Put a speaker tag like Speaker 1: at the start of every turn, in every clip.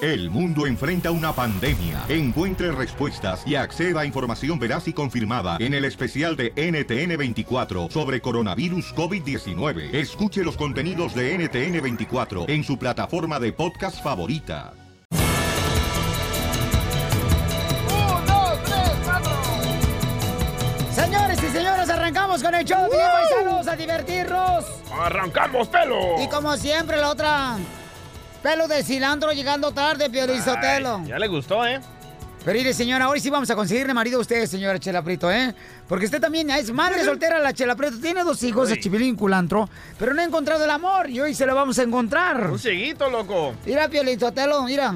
Speaker 1: El mundo enfrenta una pandemia. Encuentre respuestas y acceda a información veraz y confirmada en el especial de NTN24 sobre coronavirus COVID-19. Escuche los contenidos de NTN24 en su plataforma de podcast favorita.
Speaker 2: Señores y señores, arrancamos con el show de paisanos a divertirnos.
Speaker 3: ¡Arrancamos pelo!
Speaker 2: Y como siempre, la otra. Pelo de cilantro llegando tarde, Piorizotelo.
Speaker 3: Ya le gustó, ¿eh?
Speaker 2: Pero mire, señora, hoy sí vamos a conseguirle marido a usted, señora Chela Prieto, ¿eh? Porque usted también es madre soltera, la Chela Prieto. Tiene dos hijos, el Chivilín Culantro, pero no ha encontrado el amor y hoy se lo vamos a encontrar.
Speaker 3: Un cieguito, loco.
Speaker 2: Mira, Piolizotelo, mira.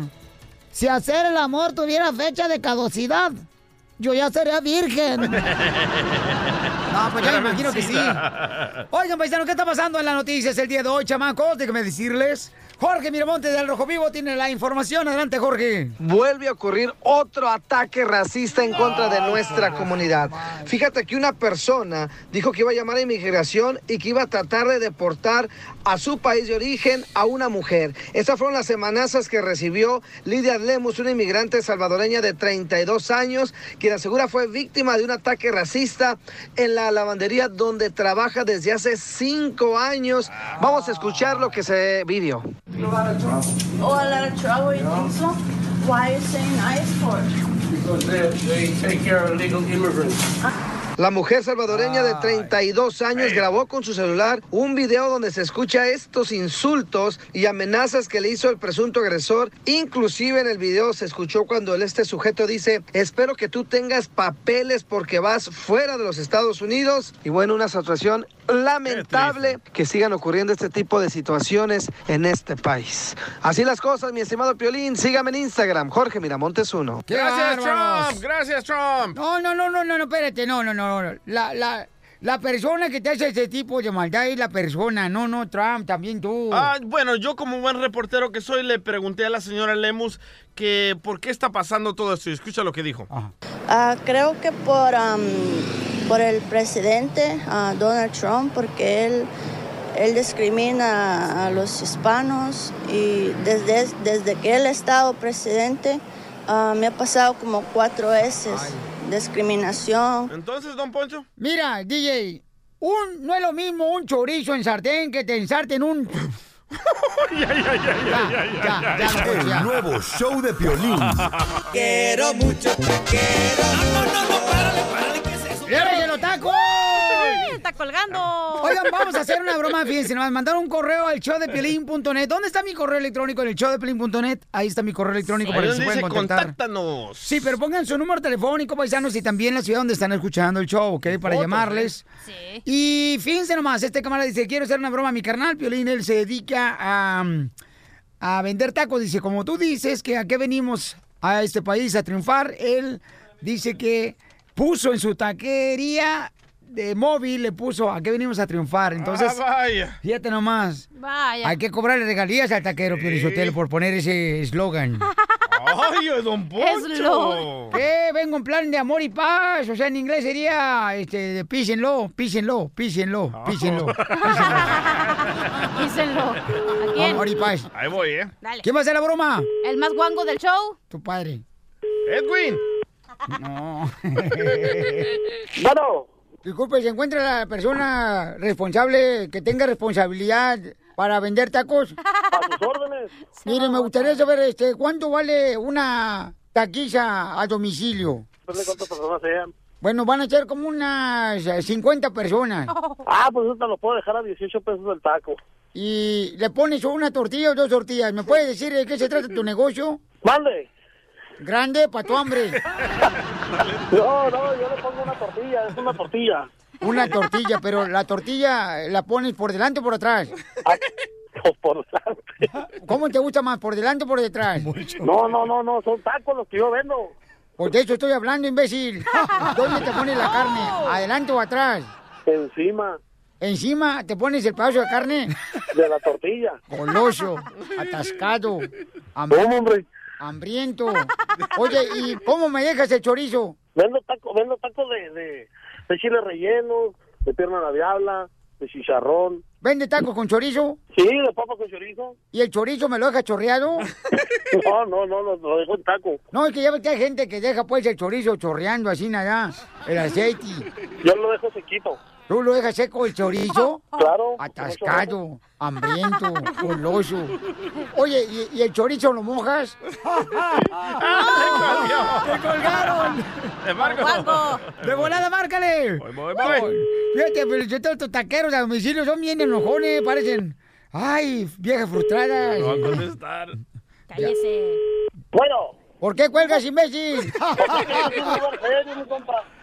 Speaker 2: Si hacer el amor tuviera fecha de caducidad, yo ya sería virgen. No, pues ya me imagino que sí. Oigan, paisano, ¿qué está pasando en las noticias el día de hoy, chamacos? Déjenme decirles. Jorge Miramonte del Rojo Vivo tiene la información. Adelante, Jorge.
Speaker 4: Vuelve a ocurrir otro ataque racista en contra de nuestra comunidad. Fíjate que una persona dijo que iba a llamar a inmigración y que iba a tratar de deportar a su país de origen a una mujer. Esas fueron las amenazas que recibió Lidia Lemus, una inmigrante salvadoreña de 32 años, quien asegura fue víctima de un ataque racista en la lavandería donde trabaja desde hace cinco años. Vamos a escuchar lo que se vivió.
Speaker 5: A lot of trouble. Oh, a lot of trouble, you think so? Why are you saying ICE for?
Speaker 6: Because they, they take care of illegal
Speaker 2: Uh.
Speaker 6: immigrants.
Speaker 4: La mujer salvadoreña de 32 años grabó con su celular un video donde se escucha estos insultos y amenazas que le hizo el presunto agresor. Inclusive en el video se escuchó cuando el- este sujeto dice, espero que tú tengas papeles porque vas fuera de los Estados Unidos. Y bueno, una situación lamentable que sigan ocurriendo este tipo de situaciones en este país. Así las cosas, mi estimado Piolín. Sígame en Instagram, Jorge Miramontes 1.
Speaker 3: Gracias,
Speaker 2: bárbaros!
Speaker 3: Trump. Gracias, Trump.
Speaker 2: No, no, no, no, no, no, espérate, no, no, no. no. La, la, la persona que te hace ese tipo de maldad es la persona, no, no, Trump, también tú.
Speaker 3: Ah, bueno, yo como buen reportero que soy, le pregunté a la señora Lemus que por qué está pasando todo esto. Y escucha lo que dijo.
Speaker 5: Ah, creo que por, am, por el presidente ah, Donald Trump, porque él, él discrimina a los hispanos y desde, desde que él ha estado presidente ah, me ha pasado como cuatro veces discriminación.
Speaker 3: Entonces, don Poncho.
Speaker 2: Mira, DJ, un, no es lo mismo un chorizo en sartén que te ensarten un... ya, ya, ya, ya.
Speaker 7: El nuevo show de Piolín.
Speaker 2: Quiero mucho, te quiero. los tacos!
Speaker 8: Está colgando.
Speaker 2: Oigan, vamos a hacer una broma, fíjense, nos mandaron un correo al showdepelín.net. ¿Dónde está mi correo electrónico? En el showdepelín.net. Ahí está mi correo electrónico
Speaker 3: Ahí
Speaker 2: para que se
Speaker 3: donde
Speaker 2: puedan
Speaker 3: dice,
Speaker 2: contactar.
Speaker 3: contáctanos.
Speaker 2: Sí, pero pongan su número telefónico, paisanos, y también la ciudad donde están escuchando el show, ¿ok? Para
Speaker 3: Fotos,
Speaker 2: llamarles.
Speaker 8: Sí.
Speaker 2: Y fíjense nomás, este camarada dice, quiero hacer una broma a mi carnal, Piolín, él se dedica a, mm, a vender tacos. Dice, como tú dices que a qué venimos a este país a triunfar, él dice que puso en su taquería de móvil, le puso a qué venimos a triunfar. Entonces,
Speaker 3: Ah, vaya.
Speaker 2: fíjate nomás.
Speaker 8: Vaya.
Speaker 2: Hay que cobrarle regalías al taquero Piolín Sotelo, por poner ese eslogan.
Speaker 3: Ay, don Poncho.
Speaker 2: Eh, vengo en plan de amor y paz. O sea, en inglés sería, este, písenlo, písenlo, písenlo,
Speaker 3: Oh.
Speaker 2: písenlo.
Speaker 8: Díselo. ¿A quién?
Speaker 2: Amor y paz.
Speaker 3: Ahí voy, ¿eh?
Speaker 8: Dale.
Speaker 2: ¿Quién va a hacer la broma?
Speaker 8: ¿El más guango del show?
Speaker 2: Tu padre.
Speaker 3: Edwin.
Speaker 2: No.
Speaker 6: Bueno,
Speaker 2: Disculpe, ¿se encuentra la persona responsable que tenga responsabilidad para vender tacos?
Speaker 6: a sus órdenes.
Speaker 2: Mire, me gustaría saber, este, ¿cuánto vale una taquiza a domicilio?
Speaker 6: Depende cuántas personas sean.
Speaker 2: Bueno, van a ser como unas eh, 50 personas.
Speaker 6: Ah, pues eso te lo puedo dejar a 18 pesos el taco.
Speaker 2: Y le pones una tortilla o dos tortillas. ¿Me puedes decir de qué se trata tu negocio?
Speaker 6: ¡Mande!
Speaker 2: Grande para tu hambre.
Speaker 6: No, no, yo le pongo una tortilla, es una tortilla.
Speaker 2: Una tortilla, pero la tortilla eh, la pones por delante o por atrás.
Speaker 6: Ah, pues, por delante.
Speaker 2: ¿Cómo te gusta más, por delante o por detrás?
Speaker 6: No, no, no, no, son tacos los que yo vendo.
Speaker 2: Pues de eso estoy hablando, imbécil. ¿Dónde te pones la carne? ¿Adelante o atrás?
Speaker 6: Encima
Speaker 2: ¿Encima te pones el pedazo de carne?
Speaker 6: de la tortilla.
Speaker 2: Goloso, atascado,
Speaker 6: No,
Speaker 2: ham-
Speaker 6: hombre.
Speaker 2: hambriento. Oye, ¿y cómo me dejas el chorizo?
Speaker 6: Vendo tacos vendo tacos de, de, de chile relleno, de pierna a la diabla, de chicharrón.
Speaker 2: ¿Vende tacos con chorizo?
Speaker 9: Sí, de papa con chorizo.
Speaker 2: ¿Y el chorizo me lo deja chorreado?
Speaker 9: No, no, no, lo, lo dejo en taco.
Speaker 2: No, es que ya ves que hay gente que deja pues el chorizo chorreando así nada, el aceite.
Speaker 9: Yo lo dejo sequito.
Speaker 2: ¿Tú lo dejas seco el chorizo?
Speaker 9: Claro.
Speaker 2: Atascado, hambriento, goloso. Oye, ¿y, y el chorizo lo mojas?
Speaker 3: ¡Te
Speaker 2: colgaron!
Speaker 3: ¡Te marco!
Speaker 2: ¡De volada, márcale!
Speaker 3: voy, voy.
Speaker 2: Fíjate, pero yo tengo estos taqueros a domicilio, son bien enojones, parecen. Ay, viejas frustradas.
Speaker 3: No va a contestar.
Speaker 8: Cállese.
Speaker 9: Bueno.
Speaker 2: ¿Por qué cuelgas, imbécil?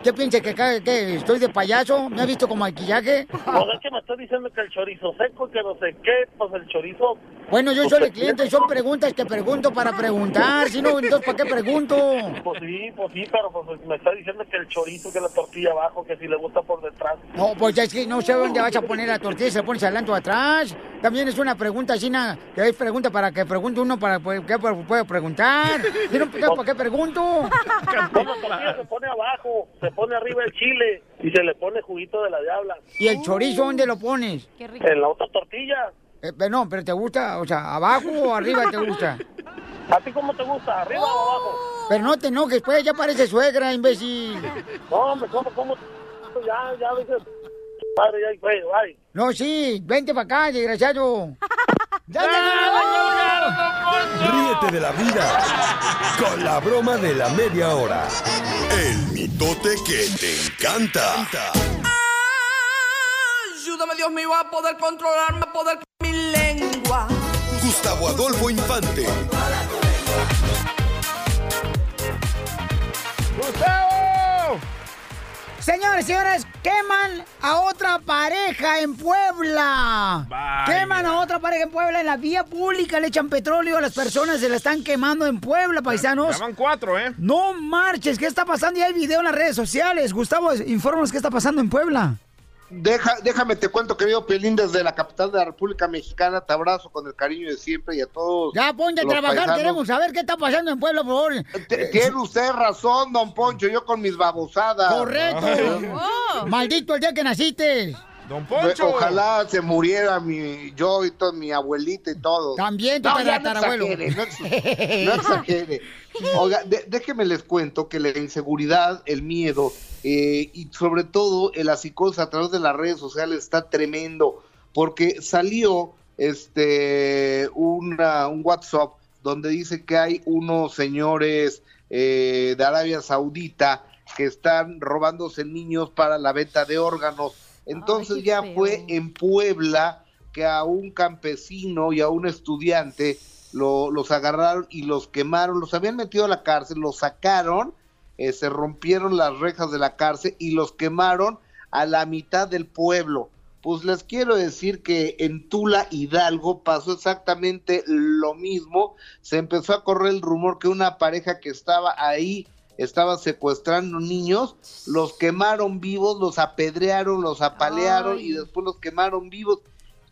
Speaker 2: ¿Qué piensas que, acá- que estoy de payaso? ¿Me has visto con maquillaje?
Speaker 9: Pues es que me está diciendo que el chorizo seco, que no sé qué, pues el chorizo.
Speaker 2: Bueno, yo soy el cliente y son preguntas que pregunto para preguntar. Si no, entonces, ¿para qué pregunto?
Speaker 9: Pues sí, pues sí, pero pues me está diciendo que el chorizo, que la tortilla abajo, que si le gusta por detrás.
Speaker 2: No, pues es que no sé dónde vas a poner la tortilla, se la pones adelante o atrás. También es una pregunta, China, que hay pregunta para que pregunte uno para que pueda preguntar. Si no, pues, ¿para qué pregunto?
Speaker 8: Ah,
Speaker 9: Bueno, la tortilla pues, se pone abajo, se pone arriba el chile y se le pone juguito de la diabla.
Speaker 2: ¿Y el chorizo dónde lo pones?
Speaker 8: Qué rico.
Speaker 9: En la otra tortilla.
Speaker 2: Eh, pero no, pero te gusta, o sea, abajo o Uh, arriba te gusta.
Speaker 9: ¿A ti cómo te gusta? ¿Arriba o abajo?
Speaker 2: Pero no te enojes, pues ya parece suegra, imbécil.
Speaker 9: No, hombre, ¿cómo, cómo? Ya, ya, a veces. Padre, ya, güey, bye.
Speaker 2: No, sí, vente para acá, desgraciado. ¡Ya te
Speaker 7: Ríete de la vida con la broma de la media hora. El mitote que te encanta.
Speaker 10: Ayúdame, Dios mío, a poder controlarme, a poder mi lengua.
Speaker 7: Gustavo Adolfo Infante.
Speaker 3: ¡Gustavo!
Speaker 2: Señores, señoras, queman a otra pareja en Puebla.
Speaker 3: Vaya.
Speaker 2: Queman a otra pareja en Puebla en la vía pública, le echan petróleo a las personas, se la están quemando en Puebla, paisanos.
Speaker 3: Ya van cuatro, ¿eh?
Speaker 2: No marches, ¿qué está pasando? Ya hay video en las redes sociales. Gustavo, infórmanos qué está pasando en Puebla.
Speaker 11: Deja, déjame te cuento, querido Pelín, desde la capital de la República Mexicana, te abrazo con el cariño de siempre y a todos.
Speaker 2: Ya ponte a
Speaker 11: los
Speaker 2: trabajar,
Speaker 11: paisanos.
Speaker 2: queremos saber qué está pasando en Puebla, por favor. Eh,
Speaker 11: T- Tiene usted razón, don Poncho, yo con mis babosadas.
Speaker 2: Correcto.
Speaker 8: Oh,
Speaker 2: Maldito el día que naciste.
Speaker 3: ¡Don
Speaker 11: Ve-
Speaker 3: Poncho!
Speaker 11: Ojalá se muriera mi, yo y todo, mi abuelita y todo.
Speaker 2: También tu
Speaker 11: no, ya no
Speaker 2: tatarabuelo.
Speaker 11: exagere, no, ex- no exagere. Oiga, de- déjenme les cuento que la inseguridad, el miedo eh, y sobre todo eh, la psicosis a través de las redes sociales está tremendo porque salió este una- un WhatsApp donde dice que hay unos señores eh, de Arabia Saudita que están robándose niños para la venta de órganos. Entonces
Speaker 8: Ay, qué
Speaker 11: ya
Speaker 8: feo.
Speaker 11: fue en Puebla que a un campesino y a un estudiante lo- los agarraron y los quemaron, los habían metido a la cárcel, los sacaron, eh, se rompieron las rejas de la cárcel y los quemaron a la mitad del pueblo. Pues les quiero decir que en Tula Hidalgo pasó exactamente lo mismo. Se empezó a correr el rumor que una pareja que estaba ahí estaba secuestrando niños, los quemaron vivos, los apedrearon, los apalearon
Speaker 8: Ay.
Speaker 11: y después los quemaron vivos.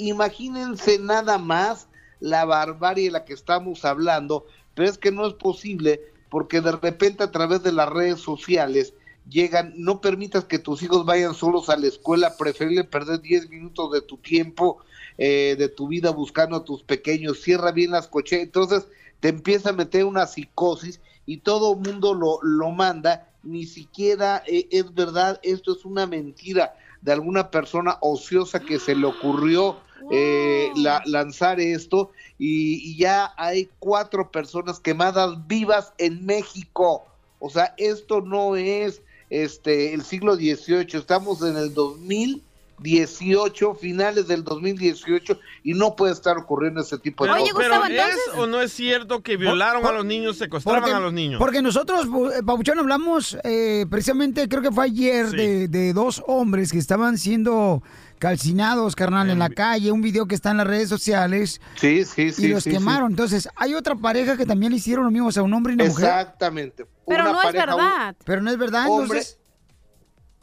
Speaker 11: Imagínense nada más la barbarie de la que estamos hablando, pero es que no es posible porque de repente a través de las redes sociales llegan, no permitas que tus hijos vayan solos a la escuela, preferible perder 10 minutos de tu tiempo, eh, de tu vida buscando a tus pequeños, cierra bien las coches, entonces te empieza a meter una psicosis y todo el mundo lo, lo manda, ni siquiera eh, es verdad, esto es una mentira de alguna persona ociosa que se le ocurrió eh,
Speaker 8: Wow.
Speaker 11: la- lanzar esto y, y ya hay cuatro personas quemadas vivas en México. O sea, esto no es este el siglo XVIII, estamos en el 2018, finales del 2018 y no puede estar ocurriendo este tipo de
Speaker 8: Oye,
Speaker 11: cosas.
Speaker 8: Gustavo,
Speaker 3: ¿es
Speaker 8: entonces-
Speaker 3: o no es cierto que violaron a los niños, secuestraban a los niños?
Speaker 2: porque nosotros, eh, Pabuchón, hablamos eh, precisamente, creo que fue ayer,
Speaker 3: Sí.
Speaker 2: de, de dos hombres que estaban siendo calcinados, carnal, en la calle, un video que está en las redes sociales
Speaker 11: Sí, sí, sí.
Speaker 2: y los
Speaker 11: sí, sí.
Speaker 2: quemaron. Entonces, hay otra pareja que también le hicieron lo mismo, o sea, un hombre y una mujer.
Speaker 11: Exactamente.
Speaker 8: pero
Speaker 11: Una
Speaker 8: no es
Speaker 11: pareja, un-
Speaker 8: verdad.
Speaker 2: Pero no es verdad,
Speaker 11: Hombre.
Speaker 2: entonces.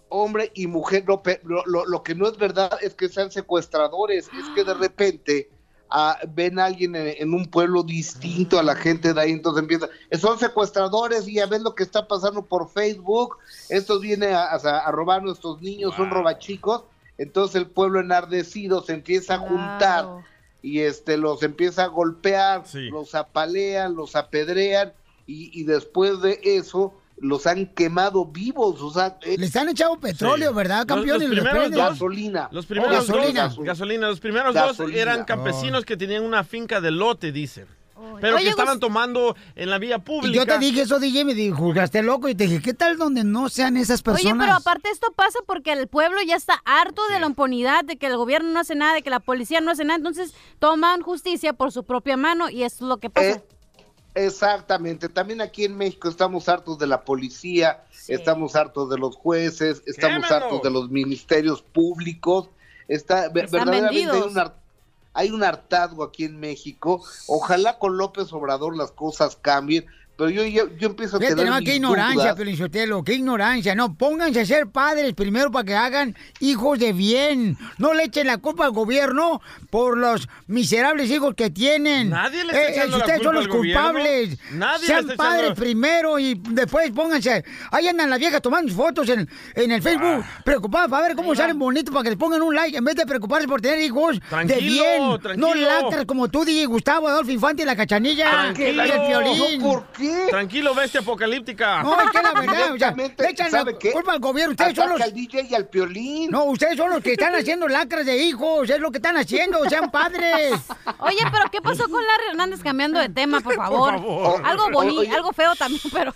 Speaker 11: hombre y mujer, lo, pe- lo, lo- lo que no es verdad es que sean secuestradores, es que de repente ah, ven a alguien en, en un pueblo distinto a la gente de ahí, entonces empieza, eh, son secuestradores y ya ves lo que está pasando por Facebook, estos vienen a, a- a robar a nuestros niños, son
Speaker 3: Wow.
Speaker 11: robachicos, entonces el pueblo enardecido se empieza a juntar
Speaker 8: Claro.
Speaker 11: y este los empieza a golpear, los apalean, los apedrean y, y después de eso los han quemado vivos, o sea, eh,
Speaker 2: Les han echado petróleo, ¿verdad, campeón?
Speaker 3: Los,
Speaker 2: Y
Speaker 3: los
Speaker 2: los
Speaker 3: primeros
Speaker 2: prenden.
Speaker 3: dos,
Speaker 11: Gasolina.
Speaker 3: Los primeros
Speaker 2: Oh, gasolina.
Speaker 3: dos, gasolina. Los primeros dos
Speaker 2: Gasolina.
Speaker 3: eran campesinos que tenían una finca de lote, dicen. Pero
Speaker 2: Oye,
Speaker 3: que estaban
Speaker 2: Gus-
Speaker 3: tomando en la vía
Speaker 2: Y
Speaker 3: pública.
Speaker 2: yo te dije eso, DJ, me dije, juzgaste loco. Y te dije, ¿qué tal donde no sean esas
Speaker 8: Oye, pero
Speaker 2: personas?
Speaker 8: aparte esto pasa porque el pueblo ya está harto de la impunidad, de que el gobierno no hace nada, de que la policía no hace nada, entonces toman justicia por su propia mano y es lo que pasa.
Speaker 2: Eh,
Speaker 11: Exactamente. También aquí en México estamos hartos de la policía, estamos hartos de los jueces, estamos
Speaker 12: ¡Quémalo!
Speaker 11: hartos de los ministerios públicos. Está ve-
Speaker 12: Están
Speaker 11: verdaderamente hay
Speaker 12: vendidos.
Speaker 11: un, har- hay un hartazgo aquí en México. Ojalá con López Obrador las cosas cambien, pero yo yo, yo empiezo a
Speaker 2: Fíjate
Speaker 11: tener
Speaker 2: nomás
Speaker 11: mis
Speaker 2: qué ignorancia,
Speaker 11: dudas.
Speaker 2: Pelinsotelo, qué ignorancia. No, pónganse a ser padres primero para que hagan hijos de bien. No le echen la culpa al gobierno por los miserables hijos que tienen. Eh,
Speaker 3: Nadie le está echando
Speaker 2: si
Speaker 3: la
Speaker 2: ustedes
Speaker 3: culpa
Speaker 2: son los
Speaker 3: al gobierno.
Speaker 2: culpables.
Speaker 3: Nadie le
Speaker 2: Sean
Speaker 3: está echando-
Speaker 2: padres primero y después pónganse. Ahí andan las viejas tomando fotos en, en el Facebook,
Speaker 3: Ah.
Speaker 2: preocupadas para ver cómo salen bonitos, para que les pongan un like, en vez de preocuparse por tener hijos de
Speaker 11: Tranquilo,
Speaker 2: bien. No
Speaker 11: tranquilo.
Speaker 2: lacras como tú, DJ Gustavo, Adolfo Infante y la cachanilla.
Speaker 3: Tranquilo.
Speaker 2: y el violín.
Speaker 11: qué?
Speaker 3: Tranquilo, bestia apocalíptica.
Speaker 2: No, es que la verdad, o sea, le echan la
Speaker 3: ¿sabe qué?
Speaker 2: culpa al gobierno. Ustedes son
Speaker 3: Ataca
Speaker 2: los...
Speaker 3: al
Speaker 11: DJ y al piolín.
Speaker 2: No, ustedes son los que están haciendo lacras de hijos. Es lo que están haciendo. Sean padres.
Speaker 8: Oye, pero ¿qué pasó con Larry Hernández cambiando de tema, por favor?
Speaker 11: favor.
Speaker 8: Algo
Speaker 11: Oye.
Speaker 8: bonito, algo feo también, pero...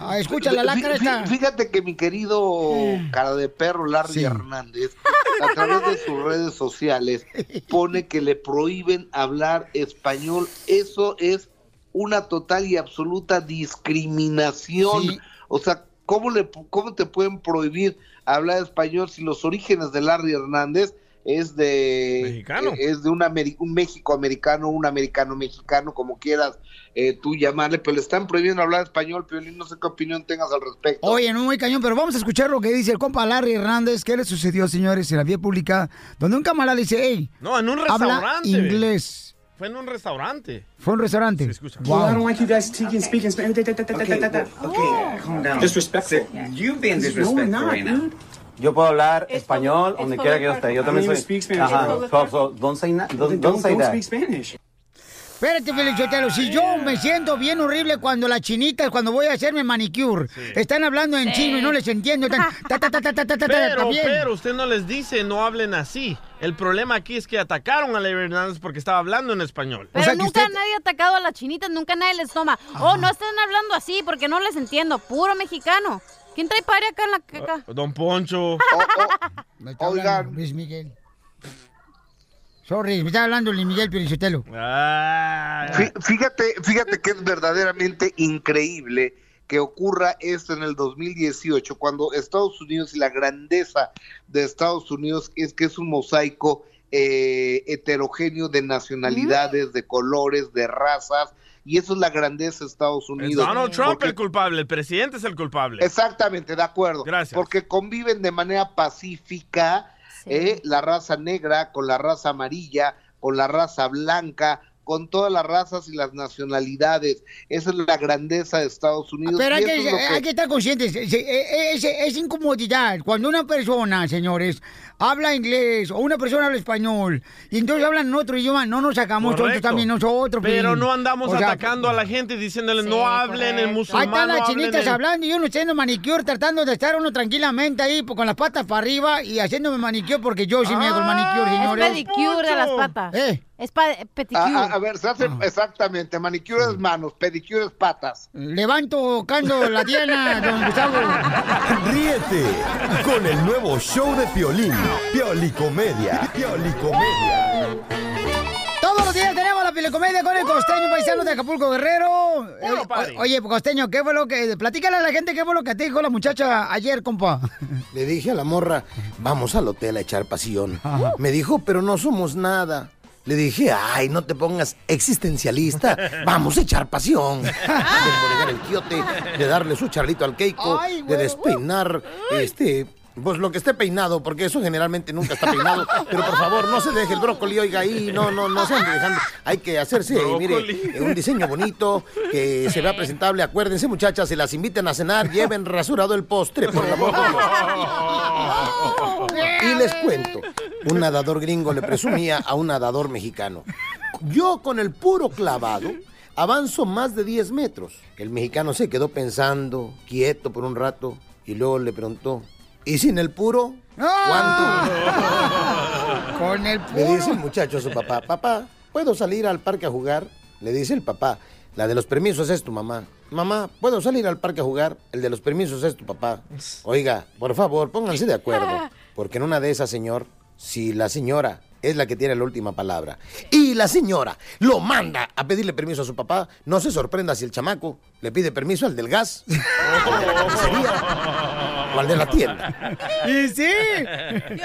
Speaker 2: Ah, escucha la lacra
Speaker 11: Fí- fí-
Speaker 2: esta. Eh.
Speaker 11: Fíjate que mi querido cara de perro Larry Hernández, a través de sus redes sociales, pone que le prohíben hablar español. Eso es una total y absoluta discriminación. O sea, ¿cómo, le, pu- ¿cómo te pueden prohibir hablar español si los orígenes de Larry Hernández es de eh,
Speaker 3: Mexicano.
Speaker 11: es de un, ameri- un México americano, un americano mexicano, como quieras eh, tú llamarle, pero le están prohibiendo hablar español, Piolín, no sé qué opinión tengas al respecto.
Speaker 2: Oye, no muy cañón, pero vamos a escuchar lo que dice el compa Larry Hernández. ¿Qué le sucedió, señores, en la vía pública? Donde un camarada le dice, hey,
Speaker 3: No, en un
Speaker 2: habla
Speaker 3: restaurante.
Speaker 2: inglés.
Speaker 3: Fue en un restaurante.
Speaker 2: Fue a un restaurante.
Speaker 1: Well, I
Speaker 2: Wow.
Speaker 1: don't want you guys taking speaking Spanish. Okay,
Speaker 13: calm down.
Speaker 1: Disrespectful. You've been
Speaker 13: disrespectful
Speaker 1: No, we're
Speaker 13: right
Speaker 1: not,
Speaker 13: now.
Speaker 1: dude.
Speaker 13: Yo puedo hablar español
Speaker 1: public-
Speaker 13: donde
Speaker 1: it's
Speaker 13: quiera
Speaker 1: public
Speaker 13: que yo esté. Yo
Speaker 1: record.
Speaker 13: también
Speaker 1: I don't
Speaker 13: soy.
Speaker 1: even speak Spanish. It's
Speaker 13: Ajá.
Speaker 1: public
Speaker 13: So, so, don't say, na- don't, don't
Speaker 1: Don't,
Speaker 13: say
Speaker 1: don't
Speaker 13: that.
Speaker 1: speak Spanish.
Speaker 2: Espérate, Feliciotelo, si yo me siento bien horrible cuando las chinitas, cuando voy a hacerme manicure, están hablando en chino y no les entiendo. están ta, ta, ta, ta, ta, ta, ta,
Speaker 3: Pero,
Speaker 2: también.
Speaker 3: pero usted no les dice, no hablen así. El problema aquí es que atacaron a Larry Hernández porque estaba hablando en español.
Speaker 8: Pero nunca nadie ha atacado a las chinitas, nunca nadie les toma. Oh, no están hablando así porque no les entiendo. Puro mexicano. ¿Quién trae padre acá en
Speaker 2: Ah,
Speaker 8: la caca?
Speaker 3: eh, Don Poncho.
Speaker 2: Oh, Oigan. Luis Miguel. Sorry, me está hablando Luis Miguel Pirichotelo.
Speaker 3: Ah.
Speaker 11: Fí- Fíjate, fíjate que es verdaderamente increíble que ocurra esto en el 2018, cuando Estados Unidos y la grandeza de Estados Unidos es que es un mosaico eh, heterogéneo de nacionalidades, de colores, de razas, y eso es la grandeza de Estados
Speaker 3: Es
Speaker 11: Unidos.
Speaker 3: Donald Trump
Speaker 11: Porque-
Speaker 3: el culpable, el presidente es el culpable.
Speaker 11: Exactamente, de acuerdo. Porque conviven de manera pacífica eh, la raza negra con la raza amarilla, con la raza blanca, con todas las razas y las nacionalidades. Esa es la grandeza de Estados Unidos.
Speaker 2: Pero
Speaker 11: y
Speaker 2: hay
Speaker 11: eso
Speaker 2: que,
Speaker 11: es lo
Speaker 2: hay que estar conscientes, e, es, es- es incomodidad. Cuando una persona, señores, habla inglés o una persona habla español y entonces hablan otro idioma, no nos sacamos tontos
Speaker 3: Correcto.
Speaker 2: también nosotros.
Speaker 3: Pero
Speaker 2: Piolín.
Speaker 3: no andamos
Speaker 2: O sea,
Speaker 3: atacando a la gente diciéndole no hablen en
Speaker 2: Ahí
Speaker 3: musulmán.
Speaker 2: están
Speaker 3: no
Speaker 2: las
Speaker 3: hablen
Speaker 2: chinitas
Speaker 3: en-
Speaker 2: hablando y uno haciendo manicure, tratando de estar uno tranquilamente ahí pues, con las patas para arriba y haciéndome manicure porque yo sí me hago el manicure, señores.
Speaker 8: Ah, es pedicure de las patas.
Speaker 2: Eh.
Speaker 8: Es pa- pedicure.
Speaker 11: A, Ah, a- a ver, se hace-
Speaker 14: Ah.
Speaker 11: exactamente, manicure es manos, pedicure es patas.
Speaker 2: Levanto, cando la diana, don Gustavo.
Speaker 7: Ríete con el nuevo show de Piolín. Piolicomedia. Piolicomedia.
Speaker 2: Todos los días tenemos la pilecomedia con el costeño paisano de Acapulco Guerrero. Eh, o- oye, costeño, ¿qué fue lo que.? Platícale a la gente qué fue lo que te dijo la muchacha ayer, compa.
Speaker 15: Le dije a la morra, vamos al hotel a echar pasión. Me dijo, pero no somos nada. Le dije, ay, no te pongas existencialista, vamos a echar pasión. De embolegar el quiote, de darle su charlito al Keiko,
Speaker 12: Ay,
Speaker 15: de
Speaker 12: güey.
Speaker 15: despeinar este, Pues lo que esté peinado, porque eso generalmente nunca está peinado. Pero por favor, no se deje el brócoli, oiga, ahí, no, no, no se ande dejando. Hay que hacerse, eh,
Speaker 12: Brócoli.
Speaker 15: mire, eh, un diseño bonito, que se vea presentable. Acuérdense, muchachas, si las invitan a cenar, lleven rasurado el postre, por favor. Y les cuento, un nadador gringo le presumía a un nadador mexicano. Yo con el puro clavado avanzo más de 10 metros. El mexicano se quedó pensando, quieto por un rato, y luego le preguntó, ¿y sin el puro? ¿Cuánto?
Speaker 2: Con el
Speaker 15: Le dice el muchacho a su papá, papá, ¿puedo salir al parque a jugar? Le dice el papá, la de los permisos es tu mamá. Mamá, ¿puedo salir al parque a jugar? El de los permisos es tu papá. Oiga, por favor, pónganse de acuerdo. Porque en una de esas, señor, si la señora es la que tiene la última palabra y la señora lo manda a pedirle permiso a su papá, no se sorprenda si el chamaco le pide permiso al del gas o al de la tienda.
Speaker 2: Y sí.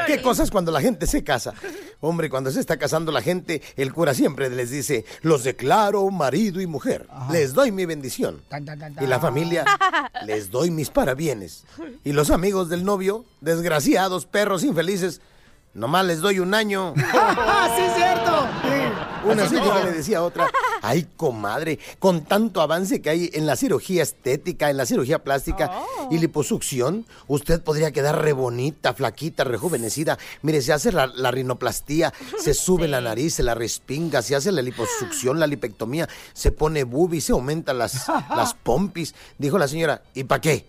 Speaker 15: ¿Qué cosas cuando la gente se casa? Hombre, cuando se está casando la gente, el cura siempre les dice, los declaro marido y mujer, les doy mi bendición.
Speaker 2: Tan, tan, tan,
Speaker 15: Y la familia, les doy mis parabienes. Y los amigos del novio, desgraciados, perros infelices, nomás les doy un año.
Speaker 2: ¡Ah, sí, cierto!
Speaker 15: Una
Speaker 2: Eso
Speaker 15: señora
Speaker 2: no.
Speaker 15: le decía a otra, ay comadre, con tanto avance que hay en la cirugía estética, en la cirugía plástica y liposucción, usted podría quedar re bonita, flaquita, rejuvenecida. Mire, se hace la, la rinoplastía, se sube la nariz, se la respinga, se hace la liposucción, la lipectomía, se pone bubi, se aumentan las, las pompis. Dijo la señora, ¿y para qué?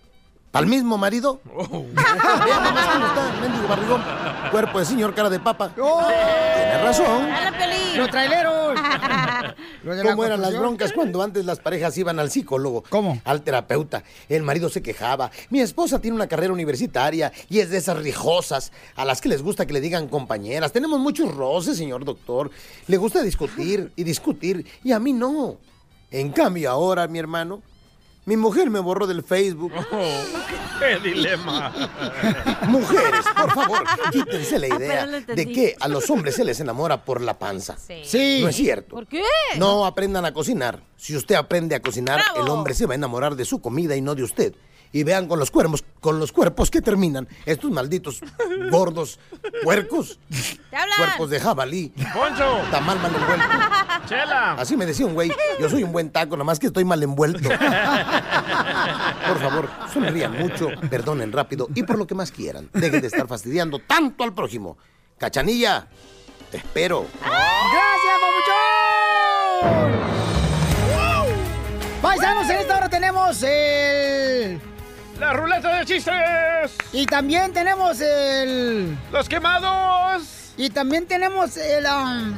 Speaker 15: ¿Al mismo marido? Vea nomás cómo está, mendigo barrigón. Cuerpo de señor, cara de papa. Tiene razón.
Speaker 2: Los traileros.
Speaker 15: ¿Cómo eran las broncas cuando antes las parejas iban al psicólogo? ¿Cómo? Al terapeuta. El marido se quejaba. Mi esposa tiene una carrera universitaria y es de esas rijosas a las que les gusta que le digan compañeras. Tenemos muchos roces, señor doctor. Le gusta discutir y discutir y a mí no. En cambio ahora, mi hermano, mi mujer me borró del Facebook.
Speaker 3: ¡Qué dilema!
Speaker 15: Mujeres, por favor, quítense la idea
Speaker 3: Apenas Ah, lo
Speaker 15: de
Speaker 3: entendí.
Speaker 15: que a los hombres se les enamora por la panza.
Speaker 8: Sí.
Speaker 15: No es cierto.
Speaker 8: ¿Por qué?
Speaker 15: No aprendan a cocinar. Si usted aprende a cocinar, el hombre se va a enamorar de su comida y no de usted. Y vean con los cuerpos, con los cuerpos que terminan estos malditos gordos puercos,
Speaker 8: ¡Te hablan!
Speaker 15: cuerpos de jabalí. Poncho. Está mal mal envuelto. Chela. Así me decía un güey, yo soy un buen taco, nomás que estoy mal envuelto. Por favor, sonrían mucho, perdonen rápido y por lo que más quieran. Dejen de estar fastidiando tanto al prójimo. Cachanilla, te espero.
Speaker 2: Ah. ¡Gracias, papuchón! Paisanos, en esta hora tenemos el...
Speaker 3: ¡La ruleta de chistes!
Speaker 2: Y también tenemos el...
Speaker 3: ¡Los quemados!
Speaker 2: Y también tenemos el... um,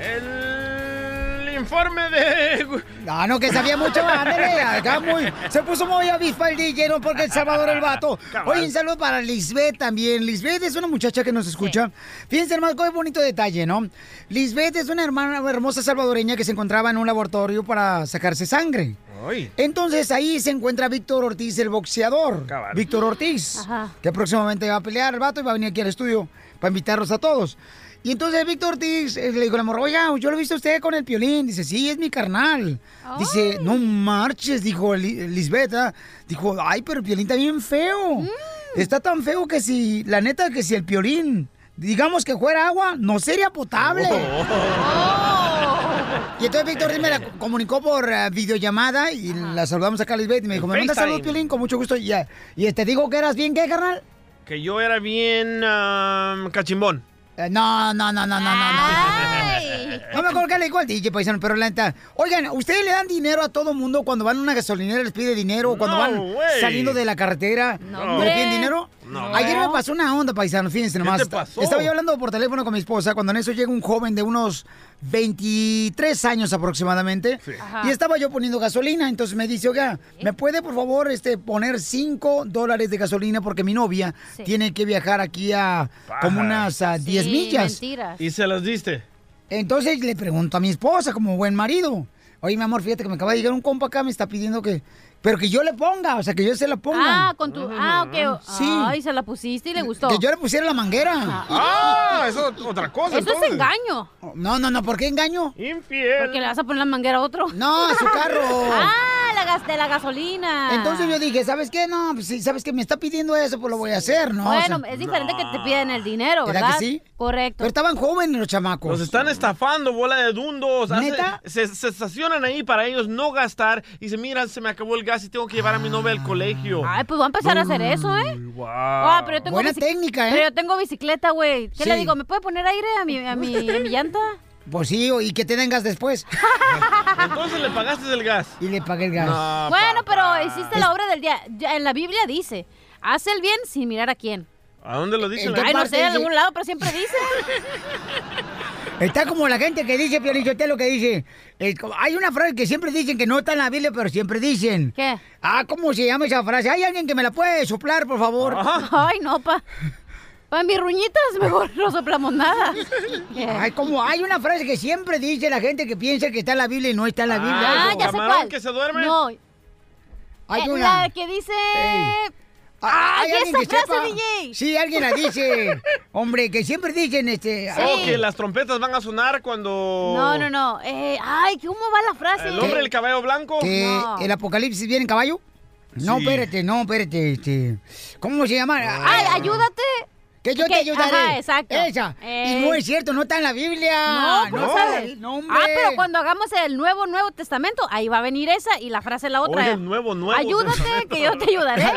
Speaker 3: El informe de...
Speaker 2: Ah, no, que sabía mucho. Ándale, acá muy. Se puso muy avispa el DJ, ¿no? Porque El Salvador el vato.
Speaker 3: Cabal.
Speaker 2: Oye, un saludo para Lisbeth también. Lisbeth es una muchacha que nos escucha. Fíjense, hermano, qué bonito detalle, ¿no? Lisbeth es una hermana hermosa salvadoreña que se encontraba en un laboratorio para sacarse sangre.
Speaker 3: ¡Ay!
Speaker 2: Entonces ahí se encuentra Víctor Ortiz, el boxeador. Víctor Ortiz, que próximamente va a pelear el vato y va a venir aquí al estudio para invitarlos a todos. Y entonces Víctor Ortiz eh, le dijo a la morra, oiga, yo lo he visto a usted con el piolín. Dice, sí, es mi carnal. Dice, no marches, dijo Li- Lisbeth. ¿ah? Dijo, ay, pero el piolín está bien feo. Está tan feo que si, la neta, que si el piolín, digamos que fuera agua, no sería potable.
Speaker 16: Oh.
Speaker 2: Y entonces Víctor Ortiz me la comunicó por eh, videollamada y la saludamos acá a Lisbeth y me dijo,
Speaker 3: En
Speaker 2: me mandas
Speaker 3: FaceTime. Eh.
Speaker 2: saludos, Piolín, con mucho gusto. Y, eh, y te digo que eras bien, ¿qué, carnal?
Speaker 3: Que yo era bien ah, cachimbón.
Speaker 2: Eh, no, no, no, no, no, no, no. No me acuerdo qué le dijo al DJ, paisano, pero la neta... Oigan, ¿ustedes le dan dinero a todo mundo cuando van a una gasolinera, les pide dinero? o Cuando
Speaker 3: No,
Speaker 2: van
Speaker 3: güey.
Speaker 2: saliendo de la carretera,
Speaker 3: No.
Speaker 2: ¿le piden dinero?
Speaker 3: No.
Speaker 2: Ayer me pasó una onda, paisano, fíjense nomás.
Speaker 3: te pasó?
Speaker 2: Estaba yo hablando por teléfono con mi esposa cuando en eso llega un joven de unos 23 años aproximadamente.
Speaker 12: Ajá.
Speaker 2: Y estaba yo poniendo gasolina, entonces me dice, oiga,
Speaker 8: ¿Eh?
Speaker 2: ¿me puede por favor este, poner 5 dólares de gasolina porque mi novia
Speaker 8: Sí.
Speaker 2: tiene que viajar aquí a
Speaker 3: Paja.
Speaker 2: como unas a 10
Speaker 8: Sí,
Speaker 2: millas?
Speaker 8: mentiras.
Speaker 3: Ah. ¿Y se las diste?
Speaker 2: Entonces le pregunto a mi esposa como buen marido. Oye, mi amor, fíjate que me acaba de llegar un compa acá, me está pidiendo que... Pero que yo le ponga, o sea, que yo se la ponga.
Speaker 8: Ah, con tu. Ah, ok.
Speaker 2: Sí.
Speaker 8: Ay, se la pusiste y le gustó.
Speaker 2: Que yo le pusiera la manguera.
Speaker 3: ¡Ah! Eso es otra cosa.
Speaker 8: Eso es
Speaker 3: entonces.
Speaker 8: engaño.
Speaker 2: No, no, no, ¿por qué engaño?
Speaker 3: Infiel.
Speaker 8: Porque le vas a poner la manguera a otro.
Speaker 2: No, a su carro.
Speaker 8: ah, la gastas de la gasolina.
Speaker 2: Entonces yo dije, ¿sabes qué? No, pues si sabes que me está pidiendo eso, pues lo voy a hacer, ¿no? O sea,
Speaker 8: Bueno, es diferente que te piden el dinero,
Speaker 2: ¿Verdad
Speaker 8: ¿verdad?
Speaker 2: que sí?
Speaker 8: Correcto.
Speaker 2: Pero estaban jóvenes los chamacos.
Speaker 3: Los están estafando, bola de dundos. Hace-
Speaker 8: ¿Neta?
Speaker 3: se, se estacionan ahí para ellos no gastar y se miran, se me acabó el gas y tengo que llevar a mi novia
Speaker 2: Ah.
Speaker 3: al colegio.
Speaker 8: Ay, pues voy a empezar a hacer eso, ¿eh?
Speaker 3: Wow.
Speaker 8: Ah, pero yo tengo bici-
Speaker 2: técnica, ¿eh?
Speaker 8: Pero yo tengo bicicleta, güey. ¿Qué le
Speaker 2: Sí.
Speaker 8: digo? ¿Me puede poner aire a mi, a mi, a mi llanta?
Speaker 2: Pues sí, y que te den gas después.
Speaker 3: Entonces le pagaste el gas.
Speaker 2: Y le pagué el gas.
Speaker 3: No,
Speaker 8: bueno, pero hiciste la obra del día. Ya, En la Biblia dice, haz el bien sin mirar a quién.
Speaker 3: ¿A dónde lo dicen?
Speaker 8: Ay, no sé, en algún lado, pero siempre dice.
Speaker 2: Está como la gente que dice, Piolichotelo, lo que dice. eh, co- hay una frase que siempre dicen que no está en la Biblia, pero siempre dicen.
Speaker 8: ¿Qué?
Speaker 2: Ah, ¿cómo se llama esa frase? ¿Hay alguien que me la puede soplar, por favor?
Speaker 8: Ay, no, pa. Pa' mis ruñitas, mejor no soplamos nada.
Speaker 2: Ay, como hay una frase que siempre dice la gente que piensa que está en la Biblia y no está en la Biblia.
Speaker 8: Ah, ya sé cuál. No.
Speaker 2: Hay
Speaker 8: Eh,
Speaker 2: una.
Speaker 8: La que dice...
Speaker 2: Ey. Ah,
Speaker 8: Ay, esa frase,
Speaker 2: sepa?
Speaker 8: DJ.
Speaker 2: Sí, alguien la dice. Hombre, que siempre dicen este.
Speaker 3: Oh, que las trompetas van a sonar cuando...
Speaker 8: No, no, no. Eh, ay, ¿cómo va la frase?
Speaker 3: El hombre del cabello blanco.
Speaker 2: que el apocalipsis viene en caballo. No,
Speaker 3: Sí.
Speaker 2: espérate, no, espérate. Este. ¿Cómo se llama?
Speaker 8: Ah, Ay, ayúdate.
Speaker 2: Que yo
Speaker 8: Que-
Speaker 2: te ayudaré.
Speaker 8: ajá, exacto.
Speaker 2: Esa.
Speaker 8: Ey.
Speaker 2: Y no es cierto, no está en la Biblia.
Speaker 8: No, ¿cómo
Speaker 2: No,
Speaker 8: sabes?
Speaker 2: no, hombre.
Speaker 8: ah, pero cuando hagamos el nuevo, nuevo testamento, ahí va a venir esa y la frase la otra.
Speaker 3: Oye, el nuevo, nuevo
Speaker 8: Ayúdate,
Speaker 3: testamento.
Speaker 8: que yo te ayudaré.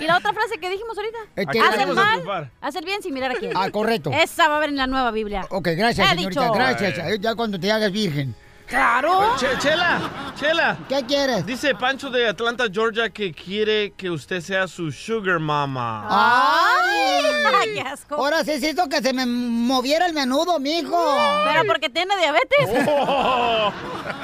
Speaker 8: y la otra frase que dijimos ahorita.
Speaker 2: Este,
Speaker 8: haz el
Speaker 2: vamos a
Speaker 8: mal,
Speaker 2: triunfar.
Speaker 8: haz el bien sin mirar a quién.
Speaker 2: Ah, correcto.
Speaker 8: Esa va a haber en la nueva Biblia.
Speaker 2: Ok, gracias,
Speaker 8: He
Speaker 2: señorita.
Speaker 8: dicho.
Speaker 2: Gracias.
Speaker 3: Ay.
Speaker 2: Ya cuando te hagas virgen.
Speaker 8: Claro.
Speaker 3: Che- chela, Chela.
Speaker 2: ¿Qué quieres?
Speaker 3: Dice Pancho de Atlanta, Georgia, que quiere que usted sea su sugar mama.
Speaker 2: Ah. ¡Ay!
Speaker 8: ¡Qué asco!
Speaker 2: Ahora sí siento que se me moviera el menudo, mijo. Oh.
Speaker 8: Pero porque tiene diabetes.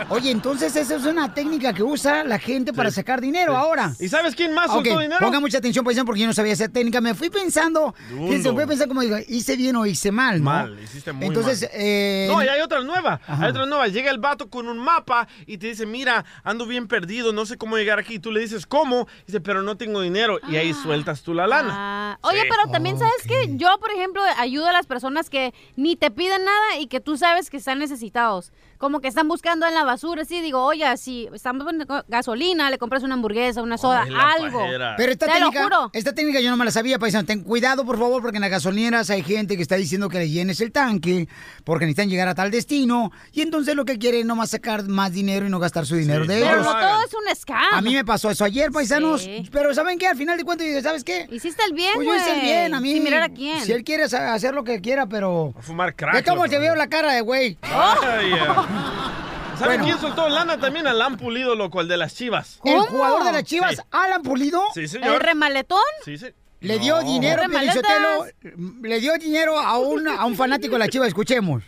Speaker 2: Oye, entonces esa es una técnica que usa la gente para sacar dinero ahora.
Speaker 3: ¿Y sabes quién más
Speaker 2: Ok,
Speaker 3: soltó dinero?
Speaker 2: Ponga mucha atención, paisano, porque yo no sabía esa técnica. Me fui pensando,
Speaker 3: Dundo.
Speaker 2: que se fue a pensar como digo, hice bien o hice mal, ¿no?
Speaker 3: Mal, hiciste muy
Speaker 2: Entonces,
Speaker 3: mal.
Speaker 2: eh,
Speaker 3: No, y hay otra nueva. Hay otra nueva. Llega el vato con un mapa y te dice, mira, ando bien perdido, no sé cómo llegar aquí. Y tú le dices, ¿cómo? Y dice, pero no tengo dinero. Y ahí sueltas tú la lana.
Speaker 8: Ah, Oye,
Speaker 3: Sí.
Speaker 8: pero también sabes que yo, por ejemplo, ayudo a las personas que ni te piden nada y que tú sabes que están necesitados. Como que están buscando en la basura, así digo, oye, si estamos poniendo gasolina, le compras una hamburguesa, una soda,
Speaker 2: Ay, la
Speaker 8: algo.
Speaker 2: pajera. Pero esta
Speaker 8: te
Speaker 2: técnica,
Speaker 8: lo juro.
Speaker 2: esta técnica yo no me la sabía, paisano. Ten cuidado, por favor, porque en las gasolineras hay gente que está diciendo que le llenes el tanque porque necesitan llegar a tal destino y entonces lo que quieren es nomás sacar más dinero y no gastar su dinero de
Speaker 8: Pero
Speaker 2: ellos.
Speaker 8: no todo es un scam.
Speaker 2: A mí me pasó eso ayer, paisanos.
Speaker 8: Sí.
Speaker 2: Pero ¿saben qué? Al final de cuentas, digo, ¿sabes qué?
Speaker 8: Hiciste el bien,
Speaker 2: Pues
Speaker 8: güey.
Speaker 2: yo hice el bien, a mí.
Speaker 8: Sin mirar a quién.
Speaker 2: Si él quiere sa- hacer lo que quiera, pero...
Speaker 3: Fumar
Speaker 2: ¿Qué
Speaker 3: crack.
Speaker 2: cómo
Speaker 3: loco.
Speaker 2: te veo la cara de güey? Oh.
Speaker 3: Ay, yeah. ¿Saben
Speaker 2: Bueno.
Speaker 3: quién soltó lana también? Al Alan Pulido, loco, el de las chivas.
Speaker 2: El jugador de las chivas,
Speaker 3: Sí.
Speaker 2: Alan Pulido,
Speaker 3: Sí, señor.
Speaker 8: ¿El remaletón?
Speaker 3: Sí, sí.
Speaker 2: le dio
Speaker 3: No.
Speaker 2: dinero,
Speaker 8: Corre
Speaker 2: Pio Lizotelo, le dio dinero a un, a un fanático de la chiva, escuchemos.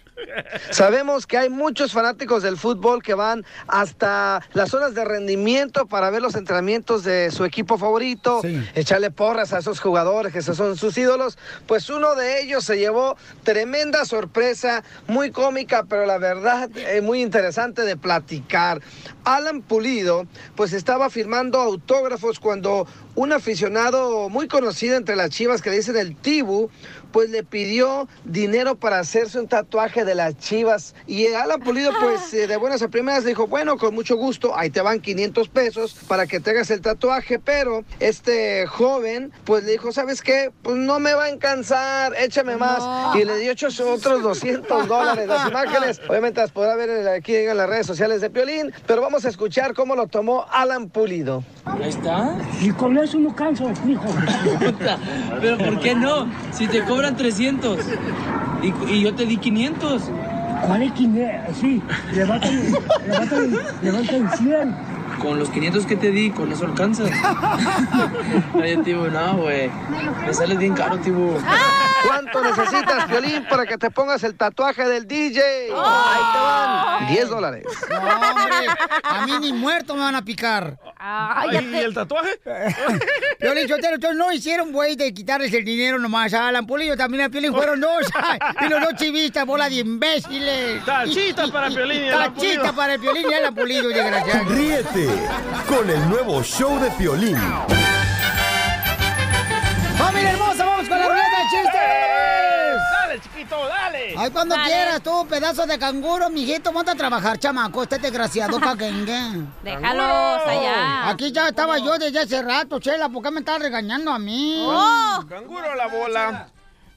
Speaker 4: Sabemos que hay muchos fanáticos del fútbol que van hasta las zonas de rendimiento para ver los entrenamientos de su equipo favorito, echarle porras a esos jugadores que esos son sus ídolos. Pues uno de ellos se llevó tremenda sorpresa, muy cómica, pero la verdad eh, muy interesante de platicar. Alan Pulido, pues estaba firmando autógrafos cuando un aficionado muy conocido entre las chivas que le dicen el Tibu, pues le pidió dinero para hacerse un tatuaje de las chivas. Y Alan Pulido, pues eh, de buenas a primeras le dijo, bueno, con mucho gusto, ahí te van 500 pesos para que te hagas el tatuaje. Pero este joven, pues le dijo, ¿sabes qué? Pues no me va a cansar, échame más. Y le dio ocho- otros 200 dólares. Las imágenes, obviamente las podrá ver en- aquí en las redes sociales de Piolín, pero vamos a escuchar cómo lo tomó Alan Pulido.
Speaker 12: Ahí está. Y con eso no canso, mijo. Pero ¿por qué no? Si te cobran 300 y, y yo te di 500.
Speaker 17: ¿Cuál es quien es? Sí, levantan, levantan, levantan 100.
Speaker 12: Con los 500 que te di, con eso alcanzas. Oye, tío, no, güey. Me sales bien caro, tío.
Speaker 2: ¡Ah!
Speaker 4: ¿Cuánto necesitas, Piolín, para que te pongas el tatuaje del DJ? Ahí te van 10 dólares.
Speaker 2: No, hombre, a mí ni muerto me van a picar.
Speaker 3: Ay, ¿Y el tatuaje?
Speaker 2: Yo le no hicieron, güey, de quitarles el dinero nomás a Alan Pulido, también a Piolín fueron dos. ay, y los dos chivistas, bola de imbéciles.
Speaker 3: Tachita para Piolín y Alan Pulido.
Speaker 2: Tachita para el Piolín y Alan Pulido, desgraciado.
Speaker 7: Ríete con el nuevo show de Piolín.
Speaker 2: ¡Familia hermosa, vamos con la ruleta de chistes!
Speaker 3: Dale, chiquito, dale.
Speaker 16: Eh,
Speaker 2: Ay, cuando quieras, tú, pedazo de canguro, mijito, monta a trabajar, chamaco, este desgraciado caquengue.
Speaker 8: Déjalo hasta allá.
Speaker 2: Aquí ya estaba yo desde hace rato, Chela, ¿por qué me estás regañando a mí? Oh.
Speaker 3: Oh. Canguro la bola.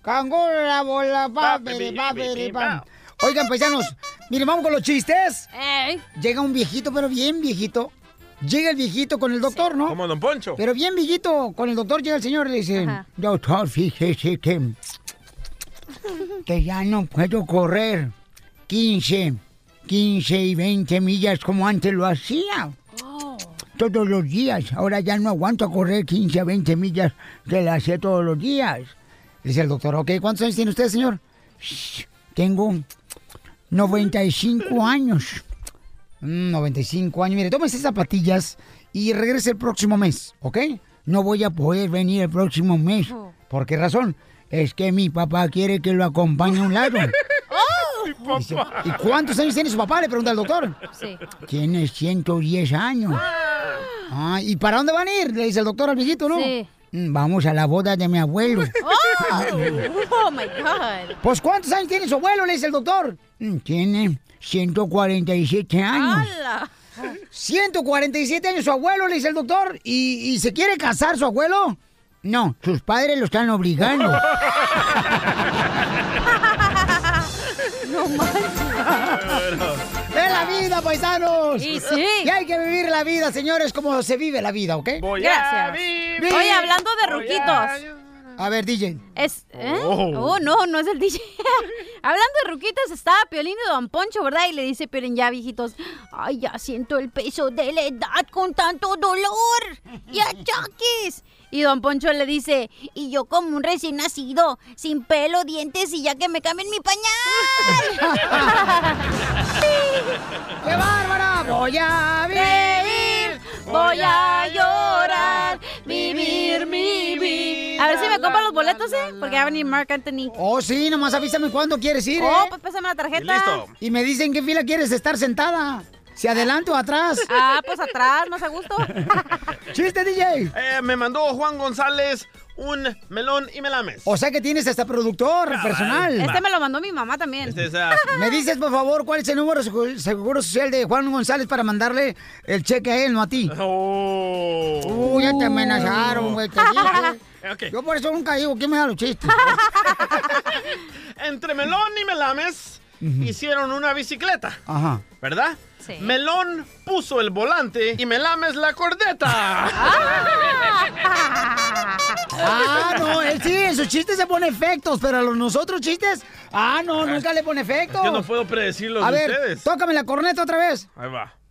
Speaker 2: Canguro la bola, papere, papere, pam. Oigan, paisanos, miren, vamos con los chistes. Llega un viejito, pero bien viejito. Llega el viejito con el doctor, ¿no?
Speaker 3: Como Don Poncho.
Speaker 2: Pero bien viejito, con el doctor llega el señor y le dice, doctor, fíjese que, que ya no puedo correr 15, 15 y 20 millas como antes lo hacía. Todos los días, ahora ya no aguanto a correr 15 a 20 millas que la hacía todos los días. Le dice el doctor, ok, ¿cuántos años tiene usted, señor? "Shh, Tengo 95 años. Mm, 95 años. Mire, tómese esas zapatillas y regrese el próximo mes, ¿ok? No voy a poder venir el próximo mes. ¿Por qué razón? Es que mi papá quiere que lo acompañe a un lado.
Speaker 16: Oh,
Speaker 2: Dice, ¿Y cuántos años tiene su papá? Le pregunta el doctor.
Speaker 8: Sí.
Speaker 2: Tiene 110 años. Ah, ¿Y para dónde van a ir? Le dice el doctor al viejito, ¿no?
Speaker 8: Sí.
Speaker 2: "Mm, Vamos a la boda de mi abuelo.
Speaker 8: Oh, oh my God.
Speaker 2: Pues ¿cuántos años tiene su abuelo? Le dice el doctor. "Mm, Tiene 147 años.
Speaker 8: ¡Hala!
Speaker 2: 147 años su abuelo, le dice el doctor. ¿Y, y se quiere casar su abuelo? No, sus padres lo están obligando.
Speaker 8: No manches.
Speaker 2: ¡Es la vida, paisanos!
Speaker 8: Y sí.
Speaker 2: Y hay que vivir la vida, señores, como se vive la vida, ¿ok?
Speaker 8: Gracias. Oye, hablando de ruquitos.
Speaker 2: A ver, DJ.
Speaker 8: Es, ¿eh?
Speaker 2: Oh.
Speaker 8: Oh. no, no es el DJ. Hablando de ruquitas, estaba Piolín y Don Poncho, ¿verdad? Y le dice Piolín, ya viejitos, ay, ya siento el peso de la edad con tanto dolor. ¡Ya choques! Y Don Poncho le dice, y yo como un recién nacido, sin pelo, dientes y ya que me cambien mi pañal.
Speaker 2: ¡Qué bárbara! Voy a
Speaker 8: vivir, voy a llorar, vivir mi vida. A ver si me compran los boletos, ¿eh? Porque va a venir Mark Anthony.
Speaker 2: Oh, sí, nomás avísame cuándo quieres ir,
Speaker 8: Oh,
Speaker 2: ¿eh?
Speaker 8: pues pásame la tarjeta.
Speaker 2: Y me dicen qué fila quieres estar sentada. ¿Si adelante o atrás?
Speaker 8: Ah, pues atrás, no se gusto.
Speaker 2: ¡Chiste, DJ!
Speaker 3: Eh, me mandó Juan González un melón y melames.
Speaker 2: O sea que tienes hasta productor personal.
Speaker 8: Este me lo mandó mi mamá también.
Speaker 3: Este es, ah,
Speaker 2: ¿Me dices, por favor, cuál es el número de seguro social de Juan González para mandarle el cheque a él, no a ti? Uy, ya te amenazaron, güey. te dije.
Speaker 3: Oh. Ok.
Speaker 2: Yo por eso nunca digo, ¿quién me da los chistes?
Speaker 3: entre melón y melames hicieron una bicicleta,
Speaker 2: Ajá.
Speaker 3: ¿verdad?
Speaker 8: Sí.
Speaker 3: Melón puso el volante y melames la cordeta.
Speaker 2: Ah, no, él sí, en sus chistes se pone efectos, pero a los nosotros chistes, ah, no, nunca le pone efectos.
Speaker 3: Yo no puedo predecirlo
Speaker 2: a
Speaker 3: de
Speaker 2: ver,
Speaker 3: ustedes.
Speaker 2: tócame la corneta otra vez.
Speaker 3: Ahí va.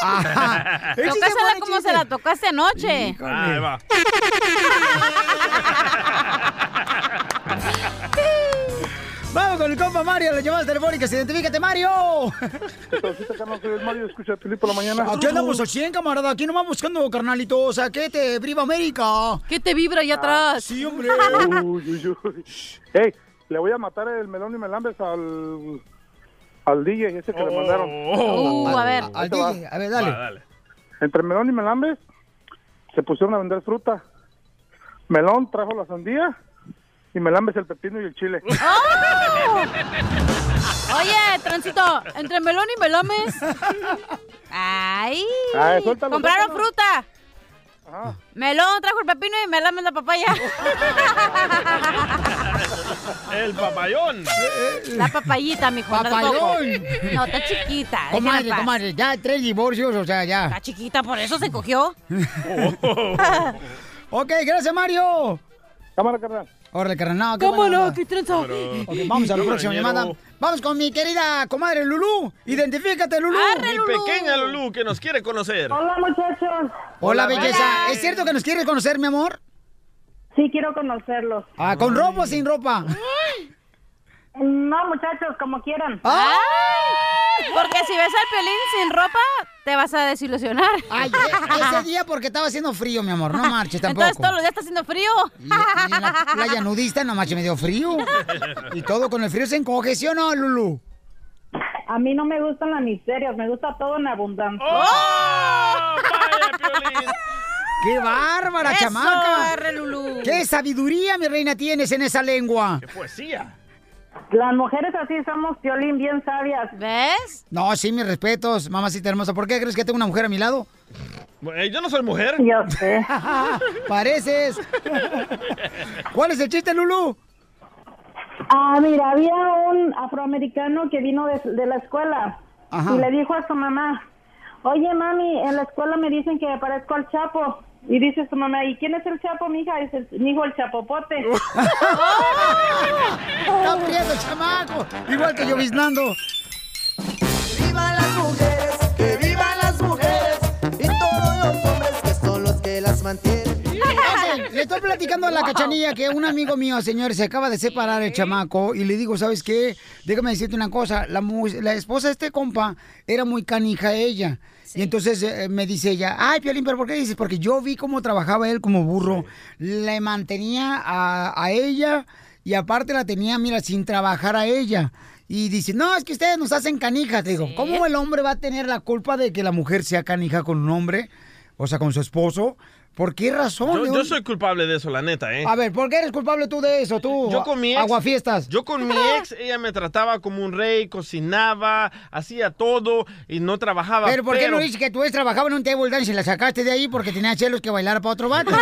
Speaker 2: Ajá. Ese Este sí
Speaker 8: Tócasela
Speaker 2: pone
Speaker 8: como
Speaker 2: chiste.
Speaker 8: se la tocaste anoche.
Speaker 3: Ahí va.
Speaker 2: Vamos con el compa Mario, las llamadas telefónicas, identifícate, Mario.
Speaker 18: Mario, escucha a Filipe por la mañana.
Speaker 2: Aquí andamos al 100, camarada. Aquí nomás buscando, carnalito. O sea, ¿qué te briba América? Ah,
Speaker 8: ¿Qué te vibra allá atrás?
Speaker 2: Sí, hombre.
Speaker 18: Uy, uy, uy. Ey, le voy a matar el melón y melambes al, al DJ ese que le mandaron.
Speaker 8: Oh. Uh, a ver.
Speaker 2: Al DJ, a ver, dale.
Speaker 18: Entre melón y melambes se pusieron a vender fruta. Melón trajo la sandía y melambes el pepino y el chile.
Speaker 2: ¡Ah!
Speaker 8: ¡Oh! Oye, Transito, entre melón y melomes. ¡Ay!
Speaker 18: Ay, suéltalo,
Speaker 8: Compraron
Speaker 18: suéltalo. Ah.
Speaker 8: fruta. Melón trajo el pepino y melame la papaya.
Speaker 3: El papayón.
Speaker 2: Eh,
Speaker 8: La papayita, mijo. no te
Speaker 2: Papayón.
Speaker 8: toco. No, está chiquita. déjala en
Speaker 2: Comadre,
Speaker 8: paz.
Speaker 2: comadre, ya tres divorcios, o sea, ya.
Speaker 8: Está chiquita, por eso se cogió.
Speaker 2: ok, gracias, Mario.
Speaker 18: Cámara, carnal.
Speaker 2: Órale, carnal. no, qué
Speaker 8: ¿Cómo
Speaker 2: buena
Speaker 8: no?
Speaker 2: onda.
Speaker 8: ¿Qué tranza?
Speaker 2: Ok, vamos a la próxima
Speaker 3: Compañero.
Speaker 2: llamada. Vamos con mi querida comadre Lulú. Identifícate, Lulú.
Speaker 3: Mi pequeña Lulú que nos quiere conocer.
Speaker 19: Hola muchachos.
Speaker 2: Hola, belleza. ¿Es cierto que nos quieres conocer, mi amor?
Speaker 19: Sí, quiero conocerlos.
Speaker 2: Ah, ¿con ropa o sin ropa?
Speaker 19: No muchachos, como quieran.
Speaker 8: Ay, Porque si ves al pelín sin ropa, te vas a desilusionar.
Speaker 2: Ay, e, Ese día porque estaba haciendo frío, mi amor. No marches tampoco.
Speaker 8: Entonces todos los días está haciendo frío.
Speaker 2: Y en la playa nudista nomás se me dio frío. Y todo con el frío se encoge, ¿sí o no, Lulu?
Speaker 19: A mí no me gustan las miserias, me gusta todo en abundancia.
Speaker 20: Oh.
Speaker 2: ¡Qué bárbara,
Speaker 19: Eso,
Speaker 2: chamaca!
Speaker 19: arre, Lulú.
Speaker 2: ¡Qué sabiduría, mi reina, tienes en esa lengua!
Speaker 3: Poesía.
Speaker 19: Las mujeres así somos, Piolín, bien sabias.
Speaker 8: ¿Ves?
Speaker 2: No, sí, mis respetos, mamacita hermosa. ¿Por qué crees que tengo una mujer a mi lado?
Speaker 3: yo no soy mujer.
Speaker 19: Yo sé.
Speaker 2: Pareces. ¿Cuál es el chiste, Lulu?
Speaker 19: Ah, mira, había un afroamericano que vino de, de la escuela
Speaker 2: Ajá.
Speaker 19: y le dijo a su mamá, oye mami, en la escuela me dicen que me parezco al Chapo. Y dice su mamá, ¿y quién es el Chapo, mija? Dice, mi hijo el Chapopote.
Speaker 20: Oh.
Speaker 2: ¡Está muriendo, chamaco! Igual que yo biznando.
Speaker 21: vivan las mujeres, que vivan las mujeres y todos los hombres que son los que las mantienen.
Speaker 2: Ok, Le estoy platicando a la cachanilla que un amigo mío, señores, se acaba de separar el chamaco y le digo, ¿sabes qué? Déjame decirte una cosa, la, mu- la esposa de este compa era muy canija ella. Y entonces eh, me dice ella, ay, Piolín, ¿pero por qué dices? Porque yo vi cómo trabajaba él como burro, le mantenía a, a ella y aparte la tenía, mira, sin trabajar a ella. Y dice, no, es que ustedes nos hacen canijas. Te digo, ¿cómo el hombre va a tener la culpa de que la mujer sea canija con un hombre? O sea, con su esposo. ¿Por qué razón?
Speaker 3: Yo,
Speaker 2: ¿De
Speaker 3: yo
Speaker 2: dónde-
Speaker 3: soy culpable de eso, la neta, ¿eh?
Speaker 2: a ver, ¿por qué eres culpable tú de eso, tú?
Speaker 3: Yo con mi ex-
Speaker 2: Aguafiestas.
Speaker 3: Yo con mi ex, ella me trataba como un rey, cocinaba, hacía todo y no trabajaba.
Speaker 2: Pero ¿por qué no dices que tú ex trabajaba en un table dance y la sacaste de ahí porque tenía celos que bailar para otro
Speaker 3: pues,
Speaker 2: vato?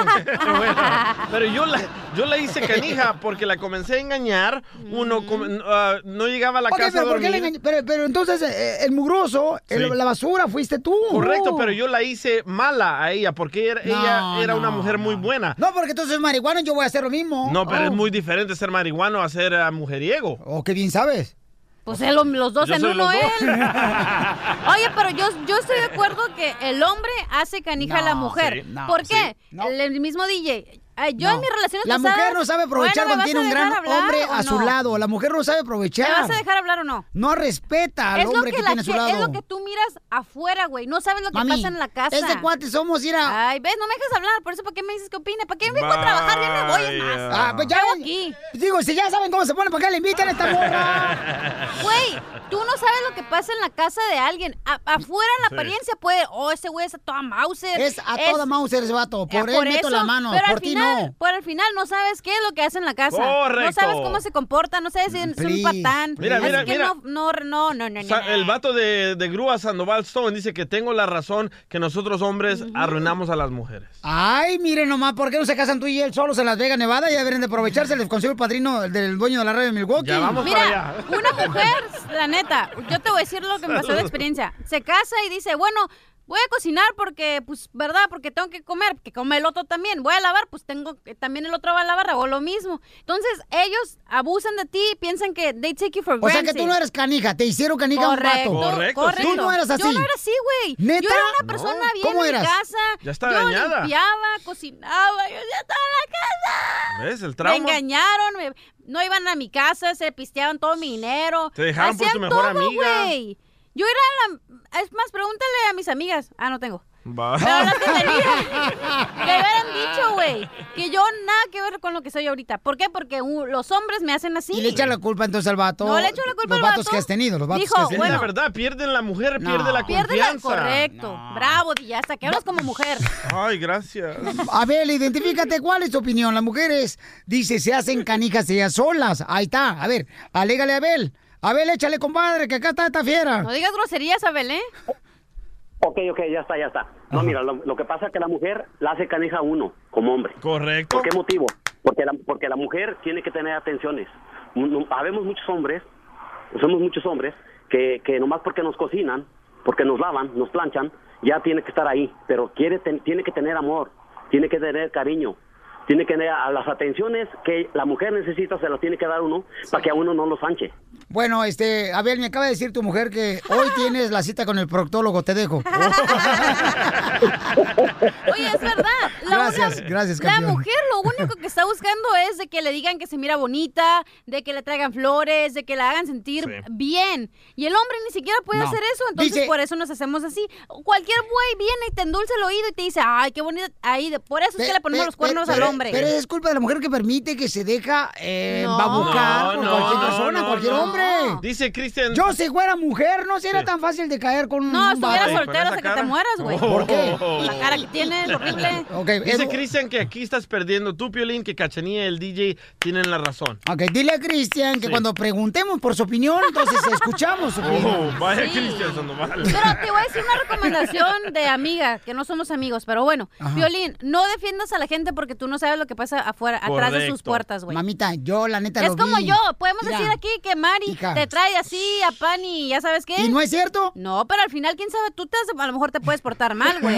Speaker 3: Pero yo la, yo la hice canija porque la comencé a engañar. Uno com- ah, no llegaba a la
Speaker 2: Mm. Ok,
Speaker 3: casa
Speaker 2: pero
Speaker 3: a
Speaker 2: ¿por qué le
Speaker 3: dormir.
Speaker 2: engañ- Pero, pero entonces eh, el mugroso, el-
Speaker 3: Sí.
Speaker 2: la basura, fuiste tú.
Speaker 3: Correcto, pero yo la hice mala a ella porque era- ella
Speaker 2: No,
Speaker 3: era
Speaker 2: no,
Speaker 3: una mujer muy buena.
Speaker 2: No, porque tú sos marihuana, yo voy a hacer lo mismo.
Speaker 3: No, pero
Speaker 2: Oh.
Speaker 3: es muy diferente ser marihuano a ser ah, mujeriego.
Speaker 2: Oh, qué bien sabes.
Speaker 8: Pues él, los dos
Speaker 3: Yo
Speaker 8: en
Speaker 3: soy
Speaker 8: uno,
Speaker 3: los
Speaker 8: él.
Speaker 3: dos.
Speaker 8: Oye, pero yo, yo estoy de acuerdo que el hombre hace canija a la
Speaker 2: No,
Speaker 8: mujer.
Speaker 2: sí, no,
Speaker 8: ¿Por
Speaker 2: sí,
Speaker 8: qué? El, el mismo DJ. eh, yo en mis relaciones
Speaker 2: La
Speaker 8: pasadas-
Speaker 2: mujer no sabe aprovechar
Speaker 8: Bueno, ¿me vas
Speaker 2: cuando tiene
Speaker 8: a
Speaker 2: un gran
Speaker 8: dejar hablar
Speaker 2: hombre
Speaker 8: o
Speaker 2: a su
Speaker 8: no?
Speaker 2: lado. La mujer no sabe
Speaker 8: ¿Me
Speaker 2: aprovechar.
Speaker 8: vas a dejar hablar o no?
Speaker 2: No respeta al
Speaker 8: es lo
Speaker 2: hombre
Speaker 8: que,
Speaker 2: que,
Speaker 8: la
Speaker 2: tiene a su
Speaker 8: che-
Speaker 2: lado.
Speaker 8: es lo que tú miras afuera, güey. No sabes lo que
Speaker 2: Mami,
Speaker 8: pasa en la casa.
Speaker 2: es de cuates, somos ir a-
Speaker 8: Ay, ves, no me dejas hablar. Por eso, ¿para qué me dices que opine? ¿Para qué vengo a trabajar? Yo me voy, es más.
Speaker 2: Ah, pues ya ven- Digo, si ya saben cómo se pone, ¿para qué le invitan a esta morra?
Speaker 8: Güey, tú no sabes lo que pasa en la casa de alguien. A- afuera la
Speaker 2: Sí.
Speaker 8: apariencia puede, oh, ese güey es a toda Mauser.
Speaker 2: Es a toda Mauser ese vato. Por él meto la mano,
Speaker 8: Eh, pero
Speaker 2: por
Speaker 8: al
Speaker 2: ti
Speaker 8: final-
Speaker 2: no.
Speaker 8: Pero al final no sabes qué es lo que hace en la casa. No
Speaker 3: Correcto.
Speaker 8: sabes cómo se comporta, no sabes si es
Speaker 3: Please,
Speaker 8: un patán.
Speaker 3: Mira,
Speaker 8: Así
Speaker 3: mira,
Speaker 8: que
Speaker 3: mira.
Speaker 8: No, no, no, no, no,
Speaker 3: O sea,
Speaker 8: no.
Speaker 3: el vato de, de grúa Sandoval Stone dice que tengo la razón que nosotros hombres arruinamos a las mujeres.
Speaker 2: Ay, miren nomás, ¿por qué no se casan tú y él solos en Las Vegas, Nevada? Ya deberían de aprovecharse, les consigo el padrino del dueño de la radio de Milwaukee.
Speaker 3: Ya vamos
Speaker 8: Mira, una mujer, la neta, yo te voy a decir lo que me pasó de experiencia. Se casa y dice, bueno, voy a cocinar porque, pues, ¿verdad? Porque tengo que comer, que come el otro también. Voy a lavar, pues tengo, que- también el otro va a lavar, o lo mismo. Entonces, ellos abusan de ti, piensan que they take you for
Speaker 2: O
Speaker 8: granted.
Speaker 2: sea que tú no eres canija, te hicieron canija
Speaker 8: Correcto,
Speaker 2: un vato.
Speaker 8: correcto.
Speaker 2: Tú no eras así.
Speaker 8: Yo no era así, güey.
Speaker 2: ¿Neta?
Speaker 8: Yo era una
Speaker 2: No.
Speaker 8: persona bien
Speaker 2: ¿Cómo
Speaker 8: en mi
Speaker 2: eras?
Speaker 8: casa.
Speaker 3: Ya está
Speaker 8: yo
Speaker 3: dañada.
Speaker 8: limpiaba, cocinaba, yo ya estaba en la casa.
Speaker 3: ¿Ves? El
Speaker 8: Me
Speaker 3: trauma.
Speaker 8: engañaron, me- no iban a mi casa, se pisteaban todo mi dinero.
Speaker 3: Te dejaron por
Speaker 8: hacían
Speaker 3: tu mejor
Speaker 8: todo,
Speaker 3: amiga.
Speaker 8: güey. Yo era la... Es más, pregúntale a mis amigas. Ah, no tengo.
Speaker 3: Va.
Speaker 8: Pero las que tenía, que me hubieran dicho, güey, que yo nada que ver con lo que soy ahorita. ¿Por qué? Porque uh, los hombres me hacen así.
Speaker 2: Y le echan la culpa entonces al vato.
Speaker 8: No, le echo la culpa
Speaker 2: los
Speaker 8: al
Speaker 2: vatos
Speaker 8: vato.
Speaker 2: que has tenido, los vatos
Speaker 8: Dijo,
Speaker 2: que has
Speaker 3: Es
Speaker 2: tenido.
Speaker 3: la verdad, pierden la mujer,
Speaker 2: No.
Speaker 3: pierde la confianza.
Speaker 8: Pierde la correcto. Bravo, y hasta que hablas como mujer.
Speaker 3: Ay, gracias.
Speaker 2: A ver, identifícate, ¿cuál es tu opinión? Las mujeres, dice, se hacen canijas ellas solas. Ahí está, a ver, alégale a Abel. Abel, échale, compadre, que acá está esta fiera.
Speaker 8: No digas groserías, Abel, ¿eh?
Speaker 22: Ok, ok, ya está, ya está. No, mira, lo, lo que pasa es que la mujer la hace canija a uno, como hombre.
Speaker 3: Correcto.
Speaker 22: ¿Por qué motivo? Porque la, porque la mujer tiene que tener atenciones. Mm, no, Habemos muchos hombres, somos muchos hombres, que, que nomás porque nos cocinan, porque nos lavan, nos planchan, ya tiene que estar ahí. Pero quiere ten- tiene que tener amor, tiene que tener cariño. Tiene que tener a las atenciones que la mujer necesita, se las tiene que dar uno para que a uno no los anche.
Speaker 2: Bueno, este, Abel, me acaba de decir tu mujer que hoy tienes la cita con el proctólogo, te dejo.
Speaker 8: Oye, es verdad. La
Speaker 2: Gracias,
Speaker 8: una-
Speaker 2: gracias,
Speaker 8: La
Speaker 2: campeón.
Speaker 8: mujer lo único que está buscando es de que le digan que se mira bonita, de que le traigan flores, de que la hagan sentir bien. Y el hombre ni siquiera puede
Speaker 2: No.
Speaker 8: hacer eso, entonces
Speaker 2: Dice-
Speaker 8: por eso nos hacemos así. Cualquier güey viene y te endulza el oído y te dice, ay, qué bonita. Ahí, de- por eso es que le ponemos
Speaker 2: Pe-
Speaker 8: los
Speaker 2: pe-
Speaker 8: cuernos al
Speaker 2: pero-
Speaker 8: hombre.
Speaker 2: Pero es culpa de la mujer que permite que se deja eh,
Speaker 8: No.
Speaker 2: babucar por
Speaker 3: No, no,
Speaker 2: cualquier
Speaker 3: no,
Speaker 2: persona,
Speaker 3: no,
Speaker 2: cualquier
Speaker 3: no.
Speaker 2: hombre.
Speaker 3: Dice Cristian.
Speaker 2: Yo si fuera mujer, no sería
Speaker 3: Sí.
Speaker 2: tan fácil de caer con un
Speaker 8: No, estuviera
Speaker 2: vato.
Speaker 8: soltero hasta que te mueras, Pues, güey.
Speaker 2: ¿Por qué?
Speaker 8: La cara que tiene es horrible.
Speaker 2: Ok,
Speaker 3: Oh. Dice Dile, Cristian, que aquí estás perdiendo tú, Piolín, que Cachanilla y el DJ tienen la razón.
Speaker 2: Ok, dile a Cristian que
Speaker 3: Sí.
Speaker 2: cuando preguntemos por su opinión, entonces escuchamos su
Speaker 3: Oh,
Speaker 2: opinión.
Speaker 3: vaya
Speaker 8: Sí.
Speaker 3: Cristian Sandoval.
Speaker 8: Pero te voy a decir una recomendación de amiga, que no somos amigos, pero bueno.
Speaker 2: Ajá.
Speaker 8: Violín, no defiendas a la gente porque tú no sabes lo que pasa afuera, atrás de sus
Speaker 2: Correcto.
Speaker 8: puertas, güey.
Speaker 2: Mamita, yo la neta
Speaker 8: Es
Speaker 2: lo
Speaker 8: como
Speaker 2: vi.
Speaker 8: yo, podemos
Speaker 2: Mira.
Speaker 8: decir aquí que Mari
Speaker 2: Hija.
Speaker 8: te trae así a pan y ya sabes qué.
Speaker 2: ¿Y no es cierto?
Speaker 8: No, pero al final, quién sabe, tú te has- a lo mejor te puedes portar mal, güey.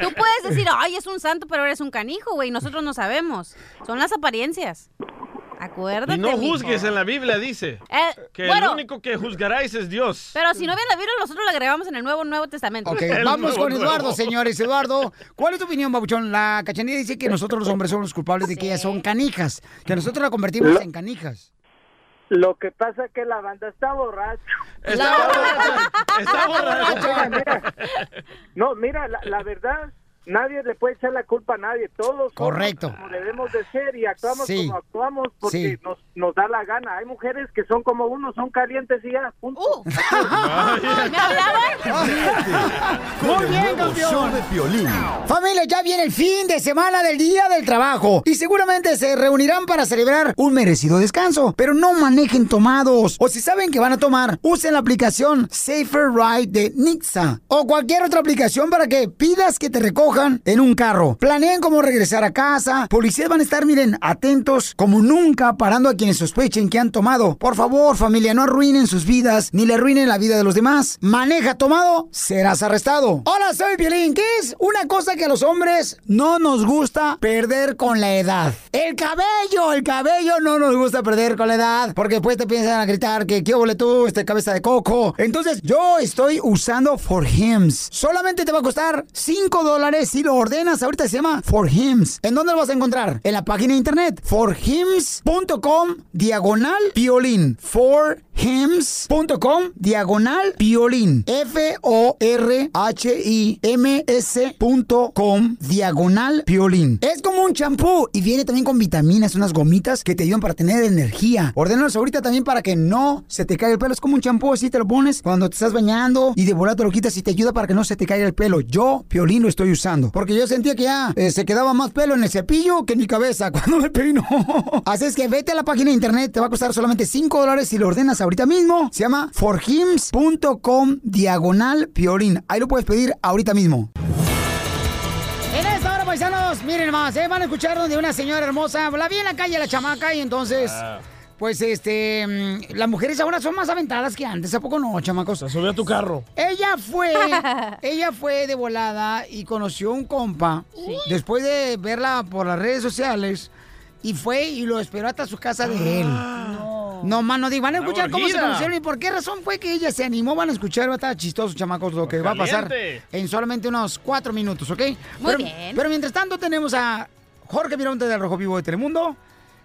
Speaker 8: tú puedes decir, ay, es un santo, pero eres un canijo, güey. Nosotros no sabemos. Son las apariencias. Acuérdate.
Speaker 3: Y no
Speaker 8: mijo.
Speaker 3: juzgues, en la Biblia dice
Speaker 8: Eh,
Speaker 3: que
Speaker 8: bueno.
Speaker 3: el único que juzgaráis es Dios.
Speaker 8: Pero si no bien la vieron, nosotros la agregamos en el nuevo Nuevo Testamento.
Speaker 2: Ok, vamos con Eduardo, señores. Eduardo, ¿cuál es tu opinión, Babuchón? La cachanilla dice que nosotros los hombres somos los culpables de que ellas son canijas, que nosotros la convertimos
Speaker 14: Lo-
Speaker 2: en canijas.
Speaker 14: Lo que pasa es que la banda está borracha.
Speaker 2: Está
Speaker 3: borracha.
Speaker 2: está borracha.
Speaker 14: No, mira, la, la verdad, nadie le puede echar la culpa a nadie. Todos somos
Speaker 2: Correcto.
Speaker 14: como debemos de ser y actuamos
Speaker 2: Sí.
Speaker 14: como actuamos porque
Speaker 2: Sí.
Speaker 14: nos, nos da la gana. Hay mujeres que son como uno, son calientes y ya, punto.
Speaker 8: Uh. ¿Me hablaban?
Speaker 2: Muy bien, campeón. Familia, ya viene el fin de semana del Día del Trabajo y seguramente se reunirán para celebrar un merecido descanso, pero no manejen tomados o si saben que van a tomar, usen la aplicación Safer Ride de Nixa o cualquier otra aplicación para que pidas que te recojan en un carro. Planeen cómo regresar a casa. Policías van a estar, miren, atentos como nunca parando a quienes sospechen que han tomado. Por favor, familia, no arruinen sus vidas ni le arruinen la vida de los demás. Maneja tomado, serás arrestado. Hola, soy Piolín. ¿Qué es una cosa que a los hombres no nos gusta perder con la edad? El cabello, el cabello no nos gusta perder con la edad, porque después te piensan a gritar que qué ole tú, este cabeza de coco. Entonces, yo estoy usando For Hims. Solamente te va a costar 5 dólares si lo ordenas. Ahorita se llama For Hims. ¿En dónde lo vas a encontrar? En la página de internet forhims.com diagonal piolín. forhims.com diagonal piolín. F-O-R-H-I-M-S.com diagonal piolín. Es como un champú y viene también con vitaminas, unas gomitas que te ayudan para tener energía. Ordenalos ahorita también para que no se te caiga el pelo. Es como un champú, así te lo pones cuando te estás bañando y de volada te lo quitas y te ayuda para que no se te caiga el pelo. Yo, Piolín, lo estoy usando. Porque yo sentía que ya eh, se quedaba más pelo en el cepillo que en mi cabeza cuando me peino. Así es que vete a la página de internet, te va a costar solamente 5 dólares si lo ordenas ahorita mismo. Se llama forhims.com diagonal Piolín. Ahí lo puedes pedir ahorita mismo. En esta hora, paisanos, miren más, ¿eh? van a escuchar donde una señora hermosa, la vi en la calle la chamaca y entonces,
Speaker 16: Ah.
Speaker 3: Ah,
Speaker 2: pues este, mm, las mujeres ahora son más aventadas que antes, ¿a poco no, chamacos? Se
Speaker 3: subió a tu carro.
Speaker 2: Ella fue, ella fue de volada y conoció un compa después de verla por las redes sociales y fue y lo esperó hasta su casa de él. No, más no digo, van a
Speaker 21: Ah. Una
Speaker 2: escuchar cómo se
Speaker 21: orgía.
Speaker 2: conocieron y por qué razón fue que ella se animó, van a escuchar, va a estar chistoso, chamacos,
Speaker 3: Pues
Speaker 2: lo que va a pasar
Speaker 21: Caliente.
Speaker 2: en solamente unos cuatro minutos, ¿ok?
Speaker 21: Muy
Speaker 2: pero,
Speaker 21: bien.
Speaker 2: Pero mientras tanto tenemos a Jorge Miramontes del Rojo Vivo de Telemundo,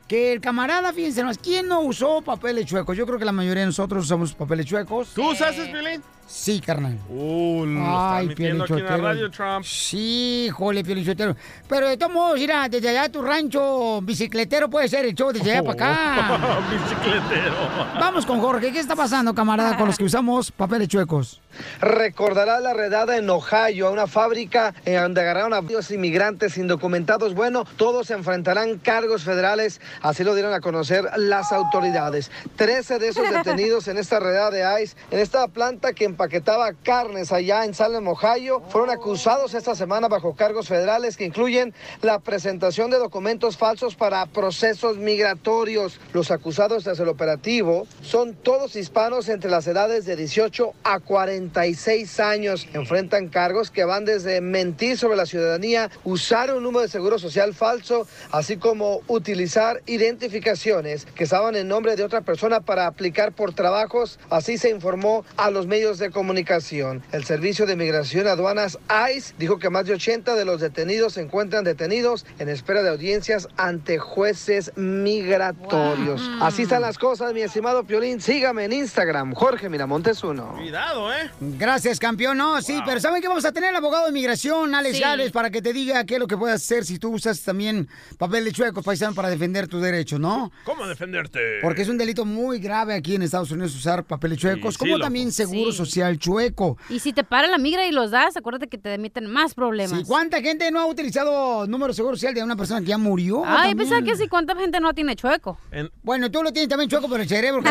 Speaker 2: que el camarada, fíjense nomás, ¿quién no usó papeles chuecos? Yo creo que la mayoría de nosotros usamos papeles chuecos.
Speaker 3: ¿Tú usaste, Piolín?
Speaker 2: Sí, carnal.
Speaker 3: Uh, lo están metiendo aquí en la radio, Trump.
Speaker 2: Sí, jole, Piolichotero. Pero de todos modos, mira, desde allá tu rancho bicicletero puede ser el show desde allá para
Speaker 3: Oh.
Speaker 2: acá.
Speaker 3: Bicicletero.
Speaker 2: Vamos con Jorge, ¿qué está pasando, camarada, con los que usamos papeles chuecos?
Speaker 4: Recordará la redada en Ohio, a una fábrica en donde agarraron a varios inmigrantes indocumentados. Bueno, todos enfrentarán cargos federales, así lo dieron a conocer las autoridades. Trece de esos detenidos en esta redada de ICE, en esta planta que empaquetaba carnes allá en Salem, Ohio, fueron acusados esta semana bajo cargos federales que incluyen la presentación de documentos falsos para procesos migratorios. Los acusados tras el operativo son todos hispanos entre las edades de 18 a 46 años. Enfrentan cargos que van desde mentir sobre la ciudadanía, usar un número de seguro social falso, así como utilizar identificaciones que estaban en nombre de otra persona para aplicar por trabajos. Así se informó a los medios de comunicación. El Servicio de Migración y Aduanas ICE dijo que más de 80 de los detenidos se encuentran detenidos en espera de audiencias ante jueces migratorios. Así están las cosas, mi estimado Piolín. Sígame en Instagram, Jorge Miramontes 1.
Speaker 3: Cuidado, ¿eh?
Speaker 2: Gracias, campeón. No, sí, pero ¿saben que vamos a tener al abogado de inmigración, Alex
Speaker 3: Sí.
Speaker 2: Gales, para que te diga qué es lo que puedes hacer si tú usas también papeles chuecos, paisano, para defender tus derechos, ¿no?
Speaker 3: ¿Cómo defenderte?
Speaker 2: Porque es un delito muy grave aquí en Estados Unidos usar papeles chuecos,
Speaker 3: sí,
Speaker 2: como
Speaker 3: loco.
Speaker 2: también seguro
Speaker 3: Sí.
Speaker 2: hacia el chueco.
Speaker 8: Y si te paran la migra y los das, acuérdate que te emiten más problemas.
Speaker 2: Sí, ¿Cuánta gente no ha utilizado número de seguro social de una persona que ya murió?
Speaker 8: Ay,
Speaker 2: También.
Speaker 8: pensaba que sí, ¿cuánta gente no tiene chueco?
Speaker 2: Bueno, tú lo tienes también chueco por el cerebro. que-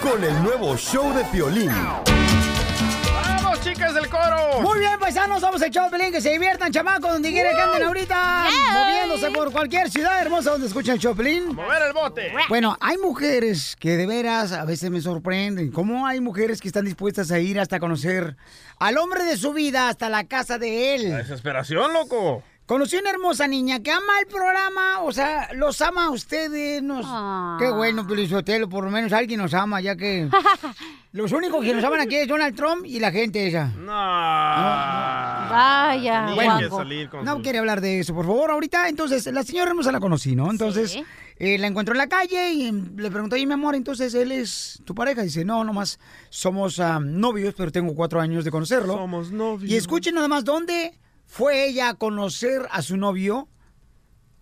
Speaker 7: Con el nuevo show de Piolín.
Speaker 3: ¡Vamos, chicas del coro!
Speaker 2: Muy bien, paisanos, somos el show de Pelín, que se diviertan, chamacos, donde quiera que anden ahorita, moviéndose por cualquier ciudad hermosa donde escuchan el show de Pelín.
Speaker 3: ¡Mover el bote!
Speaker 2: Bueno, hay mujeres que de veras a veces me sorprenden. ¿Cómo hay mujeres que están dispuestas a ir hasta conocer al hombre de su vida, hasta la casa de
Speaker 3: La
Speaker 2: él?
Speaker 3: desesperación, loco.
Speaker 2: Conocí una hermosa niña que ama el programa, o sea, los ama a ustedes. Nos... Qué bueno, Pelizotelo, por lo menos alguien nos ama, ya que los únicos que nos aman aquí es Donald Trump y la gente esa.
Speaker 3: Ah,
Speaker 8: Vaya,
Speaker 2: Bueno,
Speaker 8: guapo.
Speaker 2: no quiere hablar de eso, por favor. Ahorita, entonces, la señora hermosa la conocí, ¿no? Entonces, eh, la encuentro en la calle y mm, le pregunto, oye, mi amor, entonces, ¿él es tu pareja? Dice, no, nomás somos ah, novios, pero tengo cuatro años de conocerlo.
Speaker 3: Somos novios.
Speaker 2: Y escuchen nada más, ¿dónde fue ella a conocer a su novio?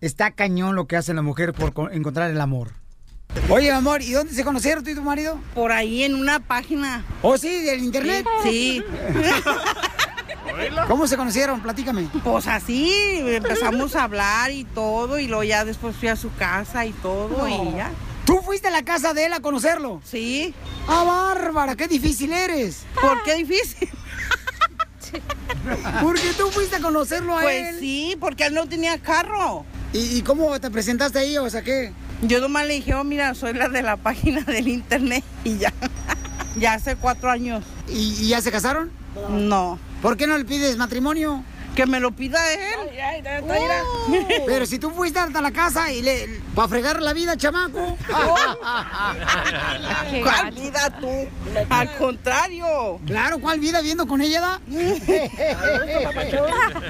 Speaker 2: Está cañón lo que hace la mujer por co- encontrar el amor. Oye, mi amor, ¿y dónde se conocieron tú y tu marido?
Speaker 20: Por ahí en una página.
Speaker 2: ¿Oh, sí? ¿Del internet?
Speaker 20: Sí.
Speaker 2: ¿Cómo se conocieron? Platícame.
Speaker 20: Pues así, empezamos a hablar y todo, y luego ya después fui a su casa y todo, y ya.
Speaker 2: ¿Tú fuiste a la casa de él a conocerlo?
Speaker 20: Sí.
Speaker 2: ¡Ah, Bárbara! ¡Qué difícil eres!
Speaker 20: ¿Por qué difícil?
Speaker 2: Porque tú fuiste a conocerlo a
Speaker 20: Pues
Speaker 2: él.
Speaker 20: sí, porque él no tenía carro.
Speaker 2: ¿Y, y cómo te presentaste ahí? O sea, ¿qué?
Speaker 20: Yo nomás le dije, oh, mira, soy la de la página del internet, y ya. ya hace cuatro años.
Speaker 2: ¿Y, ya se casaron?
Speaker 20: No.
Speaker 2: ¿Por qué no le pides matrimonio?
Speaker 20: Que me lo pida él.
Speaker 2: Uh, pero si tú fuiste hasta la casa y le. para fregar la vida, chamaco.
Speaker 20: Qué ¿Cuál gacho. vida tú? Al contrario.
Speaker 2: Claro, ¿cuál vida viendo con ella? da?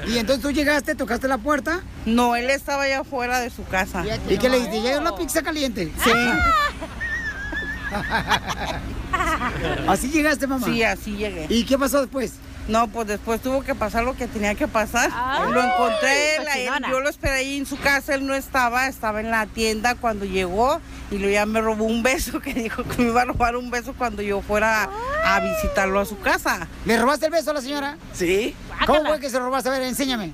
Speaker 2: y entonces tú llegaste, tocaste la puerta.
Speaker 20: No, él estaba allá afuera de su casa.
Speaker 2: ¿Y qué le dijiste? ¿Llega una pizza caliente?
Speaker 20: Sí.
Speaker 2: ¿Así llegaste, mamá?
Speaker 20: Sí, así llegué.
Speaker 2: ¿Y qué pasó después?
Speaker 20: No, pues después tuvo que pasar lo que tenía que pasar. lo encontré, él, a él,
Speaker 8: cochinona.
Speaker 20: yo lo esperé ahí en su casa, él no estaba, estaba en la tienda cuando llegó y luego ya me robó un beso, que dijo que me iba a robar un beso cuando yo fuera a visitarlo a su casa.
Speaker 2: ¿Le robaste el beso a la señora?
Speaker 20: Sí.
Speaker 2: ¿Cómo fue que se lo robaste? A ver, enséñame.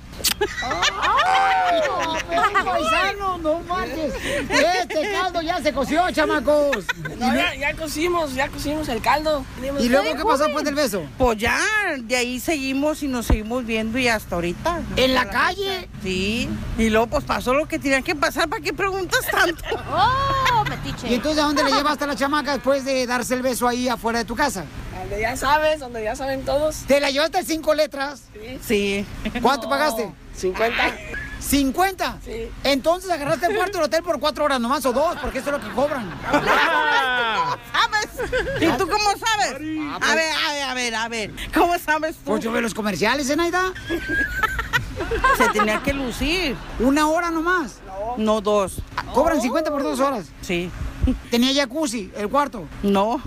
Speaker 2: paisano, no marches. Este caldo ya se coció, chamacos.
Speaker 20: No, ya, cosimos, ya cosimos el caldo.
Speaker 12: Pues,
Speaker 2: ¿Y
Speaker 12: ¿eh?
Speaker 2: luego qué pasó después del beso?
Speaker 20: Pues ya, de ahí seguimos y nos seguimos viendo y hasta ahorita.
Speaker 2: ¿En la calle?
Speaker 20: Sí. Y luego pues pasó lo que tenía que pasar, ¿para qué preguntas tanto?
Speaker 8: ¡Oh, metiche!
Speaker 2: ¿Y entonces a dónde le llevaste a la chamaca después de darse el beso ahí afuera de tu casa?
Speaker 20: Donde ya sabes, donde ya saben todos.
Speaker 2: ¿Te la llevaste a cinco letras?
Speaker 20: Sí.
Speaker 2: ¿Cuánto
Speaker 20: No,
Speaker 2: pagaste? 50. ¿50? Sí. Entonces agarraste el cuarto del hotel por cuatro horas nomás o dos, porque eso es lo que cobran.
Speaker 20: ¿Sabes? ¿Y tú cómo sabes? A ver, a ver, a ver, a ver. ¿Cómo sabes tú?
Speaker 2: Pues yo veo los comerciales, ¿eh, Naida?
Speaker 20: Se tenía que lucir.
Speaker 2: ¿Una hora nomás? Ah,
Speaker 20: No, dos.
Speaker 2: ¿Cobran 50 por dos horas?
Speaker 20: Sí.
Speaker 2: ¿Tenía jacuzzi el cuarto?
Speaker 20: No.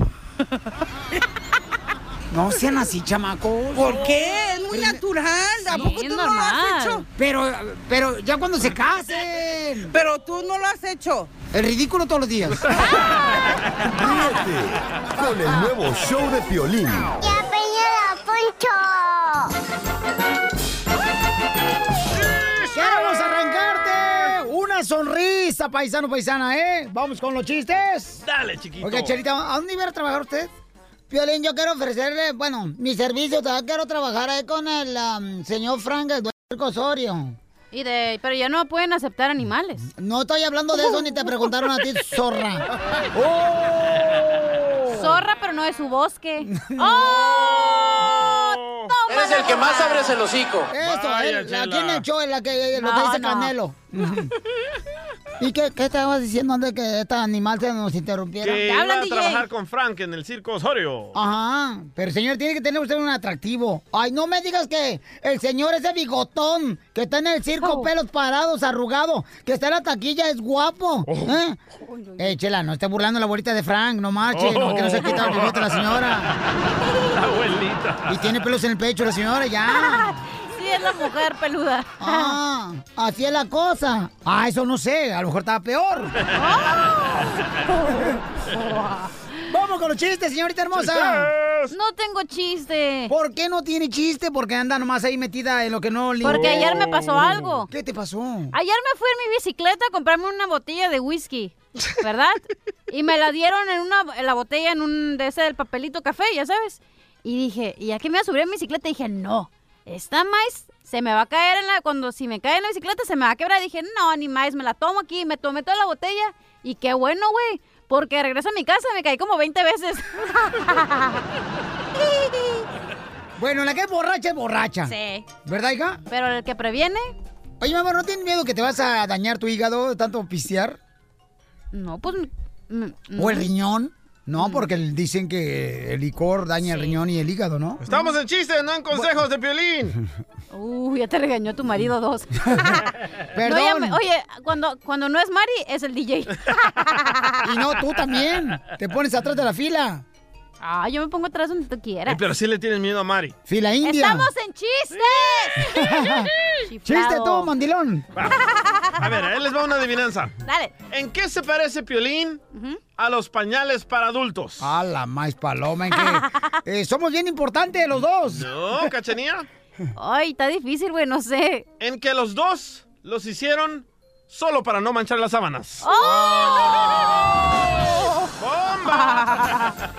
Speaker 2: No sean así, chamacos.
Speaker 20: ¿Por qué? Es muy natural. ¿A poco
Speaker 8: es
Speaker 20: tú no lo has
Speaker 8: normal.
Speaker 20: hecho?
Speaker 2: Pero, pero ya cuando se casen.
Speaker 20: Pero tú no lo has hecho.
Speaker 2: El ridículo todos los días.
Speaker 7: Ríete con el nuevo show de Piolín.
Speaker 2: ¡Queremos arrancarte! Una sonrisa, paisano, paisana, ¿eh? Vamos con los chistes.
Speaker 3: Dale, chiquito.
Speaker 2: Oiga, Chelita, ¿a dónde iba a trabajar usted? Violín, yo quiero ofrecerle, bueno, mi servicio. También quiero trabajar ahí con el am, señor Frank, el dueño del cosorio.
Speaker 8: Y de, pero ya no pueden aceptar animales.
Speaker 2: No estoy hablando de eso ni te preguntaron a ti, zorra. ¡Oh!
Speaker 8: Zorra, pero no de su bosque. ¡Oh!
Speaker 16: Eres el que más abres el hocico.
Speaker 2: Eso,
Speaker 16: Vaya,
Speaker 2: él, la
Speaker 16: Chela.
Speaker 2: tiene echó es la que, lo que
Speaker 16: No,
Speaker 2: dice
Speaker 16: no.
Speaker 2: Canelo. ¿Y qué, qué estabas diciendo antes que este animal se nos interrumpiera?
Speaker 3: Que iba a trabajar con Frank en el circo Osorio.
Speaker 2: Ajá, pero señor, tiene que tener usted un atractivo. Ay, no me digas que el señor ese bigotón que está en el
Speaker 16: Oh.
Speaker 2: circo, pelos parados, arrugado, que está en la taquilla, es guapo.
Speaker 3: Oh.
Speaker 2: ¿eh? Eh, chela, no esté burlando la bolita de Frank, no marche, Ah, no, que no se quita el
Speaker 3: Oh.
Speaker 2: bigote la señora.
Speaker 3: La abuelita.
Speaker 2: Y tiene pelos en el pecho la señora, ya.
Speaker 8: Sí, es la mujer peluda.
Speaker 2: Ah, así es la cosa. Ah, eso no sé, a lo mejor estaba peor. Vamos con los chistes, señorita hermosa.
Speaker 8: No tengo chiste.
Speaker 2: ¿Por qué no tiene chiste? Porque anda nomás ahí metida en lo que no le Oh.
Speaker 8: Porque ayer me pasó algo.
Speaker 2: ¿Qué te pasó?
Speaker 8: Ayer me fui en mi bicicleta a comprarme una botella de whisky, ¿verdad? y me la dieron en una en la botella en un de ese del papelito café, ya sabes. Y dije, y aquí me iba a subir en bicicleta, dije, no, esta más se me va a caer en la cuando si me cae en la bicicleta se me va a quebrar. Dije, no, ni más, me la tomo aquí, me tomé toda la botella y qué bueno, güey, porque regreso a mi casa me caí como 20 veces.
Speaker 2: Bueno, la que es borracha es borracha.
Speaker 8: Sí.
Speaker 2: ¿Verdad, hija?
Speaker 8: Pero el que previene.
Speaker 2: Oye, mamá, ¿no tienes miedo que te vas a dañar tu hígado de tanto pistear?
Speaker 8: No, pues. Mm.
Speaker 2: ¿O el riñón? No, porque el- dicen que el licor daña el riñón y el hígado, ¿no?
Speaker 3: Estamos en chistes, no en consejos de Piolín.
Speaker 8: Uh, ya te regañó tu marido dos.
Speaker 2: Perdón.
Speaker 8: No, ya me- oye, cuando, cuando no es Mari, es el DJ.
Speaker 2: y no, tú también. Te pones atrás de la fila.
Speaker 8: Ah, yo me pongo atrás donde tú
Speaker 3: Eh,
Speaker 8: quieras.
Speaker 3: pero sí le tienes miedo a Mari.
Speaker 2: Fila india.
Speaker 8: ¡Estamos en chistes!
Speaker 2: Chiste
Speaker 8: Chiflado.
Speaker 2: tú, mandilón.
Speaker 3: A ver, ahí les va una adivinanza.
Speaker 8: Dale.
Speaker 3: ¿En qué se parece Piolín a los pañales para adultos?
Speaker 2: A la más paloma, en que Ah, eh, somos bien importantes los dos.
Speaker 3: No, cachanía.
Speaker 8: Ay, está difícil, güey, no sé.
Speaker 3: En que los dos los hicieron solo para no manchar las sábanas.
Speaker 21: ¡Oh!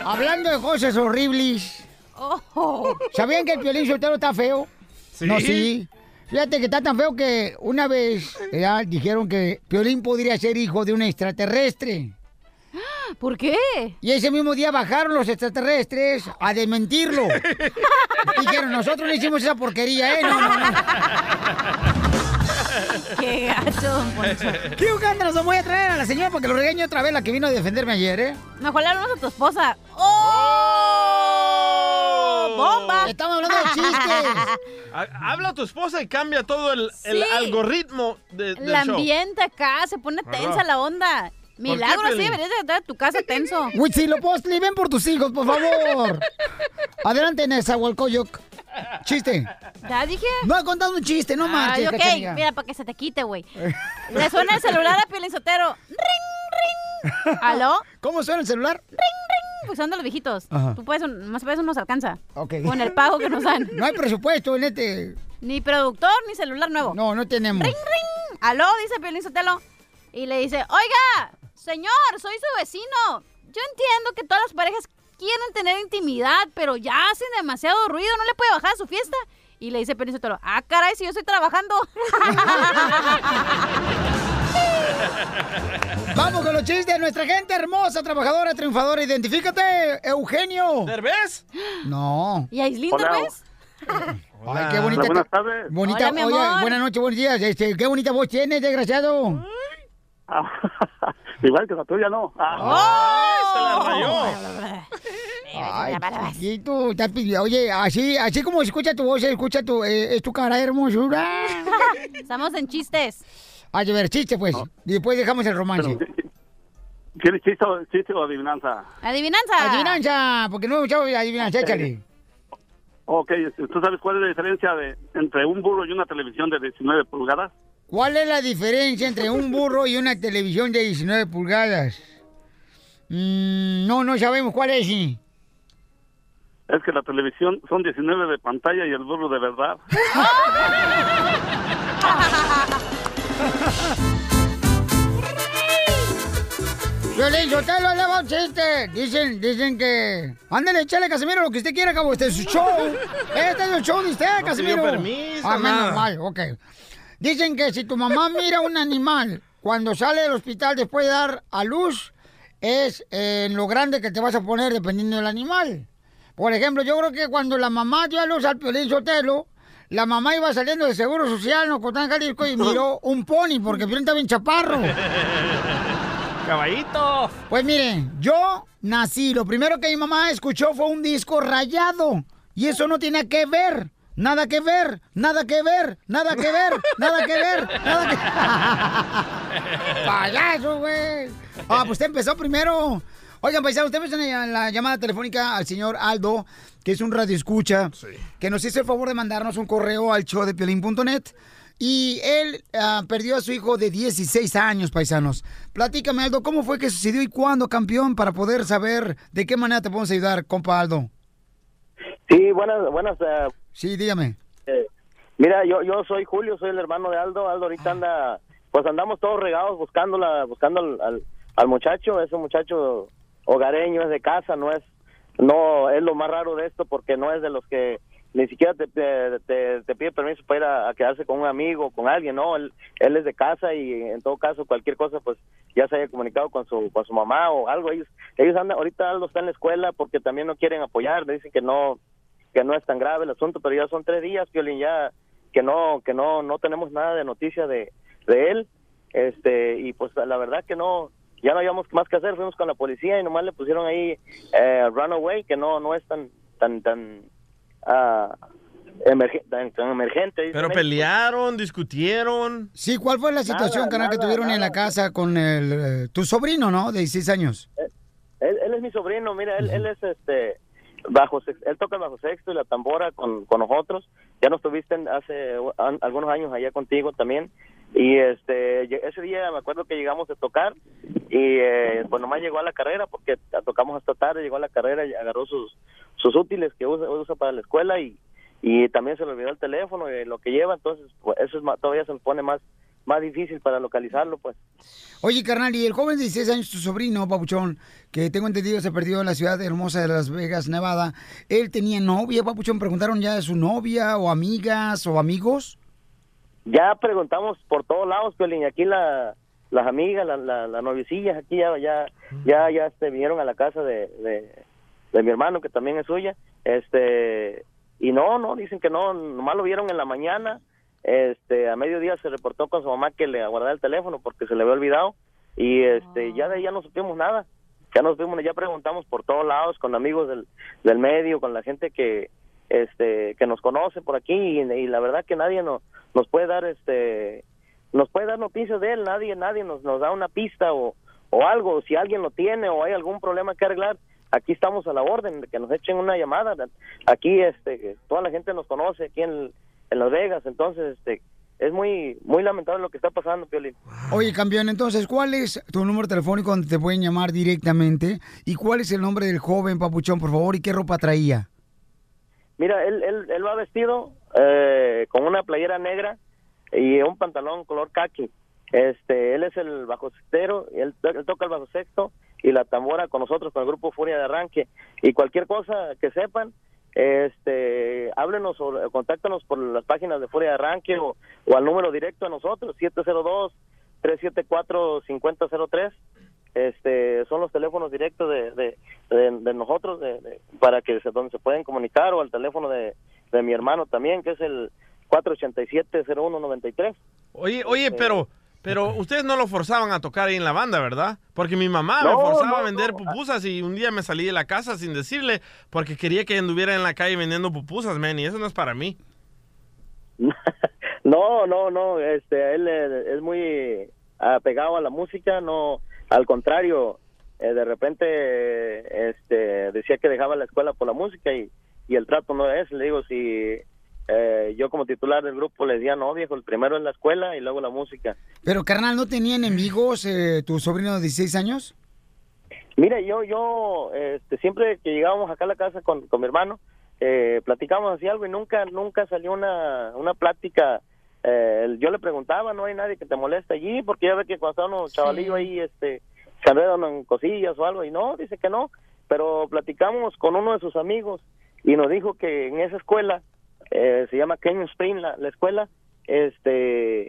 Speaker 2: Hablando de cosas horribles.
Speaker 8: Oh.
Speaker 2: ¿Sabían que el piolín soltero está feo?
Speaker 21: Sí.
Speaker 2: No, sí. Fíjate que está tan feo que una vez ya dijeron que Piolín podría ser hijo de un extraterrestre.
Speaker 8: ¿Por qué?
Speaker 2: Y ese mismo día bajaron los extraterrestres a desmentirlo. Dijeron, nosotros no hicimos esa porquería, ¿eh? No, no, no.
Speaker 8: Qué gacho, don Poncho.
Speaker 2: ¿Qué Ucandra, nos voy a traer a la señora porque lo regaño otra vez la que vino a defenderme ayer, eh?
Speaker 8: Mejor le hablamos a tu esposa. ¡Oh! ¡Bomba!
Speaker 2: Estamos hablando de chistes.
Speaker 3: Ha- Habla tu esposa y cambia todo el, el
Speaker 8: Sí.
Speaker 3: algoritmo de, del
Speaker 8: El
Speaker 3: show.
Speaker 8: ambiente acá se pone
Speaker 3: Ajá.
Speaker 8: tensa la onda. Milagro, sí,
Speaker 3: Piolín?
Speaker 8: deberías de estar a tu casa tenso.
Speaker 2: Huitzilopochtli, ven por tus hijos, por favor. Adelante, Nezahualcóyotl. Chiste.
Speaker 8: Ya dije.
Speaker 2: No ha contado un chiste, no
Speaker 8: Ay,
Speaker 2: marches,
Speaker 8: ok,
Speaker 2: cachanilla.
Speaker 8: mira, para que se te quite, güey. Le suena el celular a Piolín Sotero. ¡Ring, ring! ¿Aló?
Speaker 2: ¿Cómo suena el celular?
Speaker 8: ¡Ring, ring! Pues son de los viejitos.
Speaker 2: Ajá.
Speaker 8: Tú puedes, más para eso nos alcanza.
Speaker 2: Ok.
Speaker 8: Con el pago que nos dan.
Speaker 2: No hay presupuesto en este.
Speaker 8: Ni productor, ni celular nuevo.
Speaker 2: No, no tenemos.
Speaker 8: ¡Ring, ring! ¿Aló? Dice Piolín Sotelo. Y le dice, oiga, señor, soy su vecino. Yo entiendo que todas las parejas quieren tener intimidad, pero ya hacen demasiado ruido, no le puede bajar a su fiesta. Y le dice Piolín Sotelo, ah, caray, si yo estoy trabajando.
Speaker 2: Vamos con los chistes. Nuestra gente hermosa, trabajadora, triunfadora. Identifícate, Eugenio.
Speaker 3: ¿Derbez?
Speaker 2: No.
Speaker 8: ¿Y Aislín
Speaker 2: Hola.
Speaker 8: Derbez?
Speaker 2: Ay, qué bonita.
Speaker 21: Hola, buenas
Speaker 2: te-
Speaker 21: tardes.
Speaker 2: Bonita,
Speaker 21: pues? Hola, mi
Speaker 2: oye,
Speaker 21: amor.
Speaker 2: buenas noches, buenos días. Este, qué bonita voz tienes, desgraciado.
Speaker 21: Ah, Igual que la tuya, no. Ah.
Speaker 8: ¡Oh!
Speaker 2: Ay, chiquito, estás pidiendo- Oye, así, así como se escucha tu voz, se escucha tu, eh, es tu cara de hermosura.
Speaker 8: Estamos en chistes.
Speaker 2: Ay, a ver, chiste, pues. Y después dejamos el romance.
Speaker 21: ¿Quieres chiste, o- chiste o adivinanza?
Speaker 8: Adivinanza.
Speaker 2: Adivinanza, porque no he escuchado adivinanza, échale.
Speaker 21: Ok, este, ¿tú sabes cuál es la diferencia de, entre un burro y una televisión de 19 pulgadas?
Speaker 2: ¿Cuál es la diferencia entre un burro y una televisión de 19 pulgadas? Mm, no, no sabemos cuál es. sí.
Speaker 21: Es que la televisión son 19 de pantalla y el burro de verdad.
Speaker 2: Violín, yo te lo eleva un chiste. Dicen, dicen que. Ándale, échale, Casimiro, lo que usted quiera, cabo. Este es su show. Este es el show de usted,
Speaker 21: No pidió
Speaker 2: Casimiro.
Speaker 21: permiso,
Speaker 2: Ah, menos
Speaker 21: nada.
Speaker 2: mal, ok. Dicen que si tu mamá mira un animal cuando sale del hospital después de dar a luz, es eh, en lo grande que te vas a poner dependiendo del animal. Por ejemplo, yo creo que cuando la mamá dio a luz al Piolín Sotelo, la mamá iba saliendo del Seguro Social, no Cotán, Jalisco, y miró un pony, porque el Piolín está bien chaparro.
Speaker 3: Caballito.
Speaker 2: Pues miren, yo nací, lo primero que mi mamá escuchó fue un disco rayado. Y eso no tiene que ver, nada que ver, nada que ver, nada que ver, nada que ver, nada que ¡Payaso, güey! Ah, pues usted empezó primero. Oigan, paisano, usted empezó en la- en la llamada telefónica al señor Aldo, que es un radioescucha, que nos hizo el favor de mandarnos un correo al showdepiolín.net Y él ah, perdió a su hijo de 16 años, paisanos. Platícame, Aldo, ¿cómo fue que sucedió y cuándo, campeón, para poder saber de qué manera te podemos ayudar, compa Aldo?
Speaker 6: Sí, buenas, buenas. eh,
Speaker 2: Sí, dígame.
Speaker 6: eh, mira, yo, yo soy Julio, soy el hermano de Aldo. Aldo
Speaker 2: Ah.
Speaker 6: ahorita anda, pues andamos todos regados buscándola, buscando al, al, al muchacho. Es un muchacho hogareño, es de casa, no es, no es lo más raro de esto porque no es de los que ni siquiera te, te, te- te pide permiso para ir a, a quedarse con un amigo, con alguien, ¿no? Él, él es de casa y en todo caso cualquier cosa, pues ya se haya comunicado con su, con su mamá o algo. Ellos, ellos andan, ahorita Aldo está en la escuela porque también no quieren apoyar, dicen que no, que no es tan grave el asunto, pero ya son tres días, Piolín, ya que no, que no, no tenemos nada de noticia de, de él, este, y pues la verdad que no, ya no habíamos más que hacer, fuimos con la policía y nomás le pusieron ahí eh, runaway, que no, no es tan, tan, tan, ah, emerge- tan, tan emergente. dice
Speaker 3: Pero
Speaker 6: México.
Speaker 3: pelearon, discutieron.
Speaker 2: Sí, ¿cuál fue la situación, carnal, que tuvieron en la casa con el, eh, tu sobrino, ¿no? De 16 años.
Speaker 6: Él, él es mi sobrino, mira, él, él es este bajo sex- él toca el bajo sexto y la tambora con, con nosotros. Ya nos tuviste en- hace u- an- algunos años allá contigo también. Y este lle- ese día me acuerdo que llegamos a tocar y eh, pues nomás llegó a la carrera porque la tocamos hasta tarde, llegó a la carrera y agarró sus sus útiles que usa, usa para la escuela y y también se le olvidó el teléfono y lo que lleva, entonces pues, eso es ma- todavía se pone más más difícil para localizarlo, pues.
Speaker 2: Oye, carnal, y el joven de 16 años, tu sobrino, Papuchón, que tengo entendido se perdió en la ciudad hermosa de Las Vegas, Nevada, ¿él tenía novia, Papuchón? ¿Preguntaron ya de su novia o amigas o amigos?
Speaker 6: Ya preguntamos por todos lados, Piolín. Aquí la, las amigas, la- la- las noviecillas, aquí ya, ya, ya, ya este, vinieron a la casa de, de, de mi hermano, que también es suya. Este, y no, no, dicen que no, nomás lo vieron en la mañana. Este, a mediodía se reportó con su mamá que le aguardaba el teléfono porque se le había olvidado. Y
Speaker 22: eh,
Speaker 6: este, ya de ahí ya no supimos nada. Ya nos vimos, ya preguntamos por todos lados, con amigos del, del medio, con la gente que, este, que nos conoce por aquí y, y la verdad que nadie nos, nos puede dar este nos puede dar noticias de él nadie nadie nos, nos da una pista o, o algo si alguien lo tiene o hay algún problema que arreglar aquí estamos a la orden de que nos echen una llamada aquí este toda la gente nos conoce aquí en, en Las Vegas entonces este es muy muy lamentable lo que está pasando Piolín
Speaker 2: Oye, campeón, entonces, ¿cuál es tu número telefónico donde te pueden llamar directamente? ¿Y cuál es el nombre del joven, Papuchón, por favor? ¿Y qué ropa traía?
Speaker 6: Mira, él, él, él va vestido eh, con una playera negra y un pantalón color khaki. Este, él es el bajo sextero, él, to- él toca el bajo sexto y la tambora con nosotros, con el grupo Furia de Arranque. Y cualquier cosa que sepan, este, háblenos o contáctanos por las páginas de Furia de Arranque o, o al número directo a nosotros, 702-374-5003. Este, son los teléfonos directos de, de, de- de nosotros, de- de, para que se, donde se pueden comunicar o al teléfono de, de mi hermano también, que es el 487-0193.
Speaker 3: Oye, oye, pero, pero ustedes no lo forzaban a tocar ahí en la banda, ¿verdad? Porque mi mamá me
Speaker 6: No,
Speaker 3: forzaba
Speaker 6: no,
Speaker 3: a vender
Speaker 6: no.
Speaker 3: pupusas y un día me salí de la casa sin decirle porque quería que anduviera en la calle vendiendo pupusas, man, y eso no es para mí.
Speaker 6: No, no, no, este, él eh, es muy apegado a la música, no, al contrario, eh, de repente eh, este, decía que dejaba la escuela por la música y, y el trato no es, le digo, si eh, yo como titular del grupo le decía, no, viejo, el primero es la escuela y luego la música.
Speaker 2: Pero, carnal, ¿no tenía enemigos eh, tu sobrino de 16 años?
Speaker 6: Mira, yo, yo, este, siempre que llegábamos acá a la casa con, con mi hermano, eh, platicábamos así algo y nunca, nunca salió una, una plática. Eh, yo le preguntaba, no hay nadie que te moleste allí, porque ya ve que cuando está uno chavalillo ahí, este, se enredan en cosillas o algo, y no, dice que no, pero platicamos con uno de sus amigos y nos dijo que en esa escuela, eh, se llama Canyon Spring la, la escuela, este,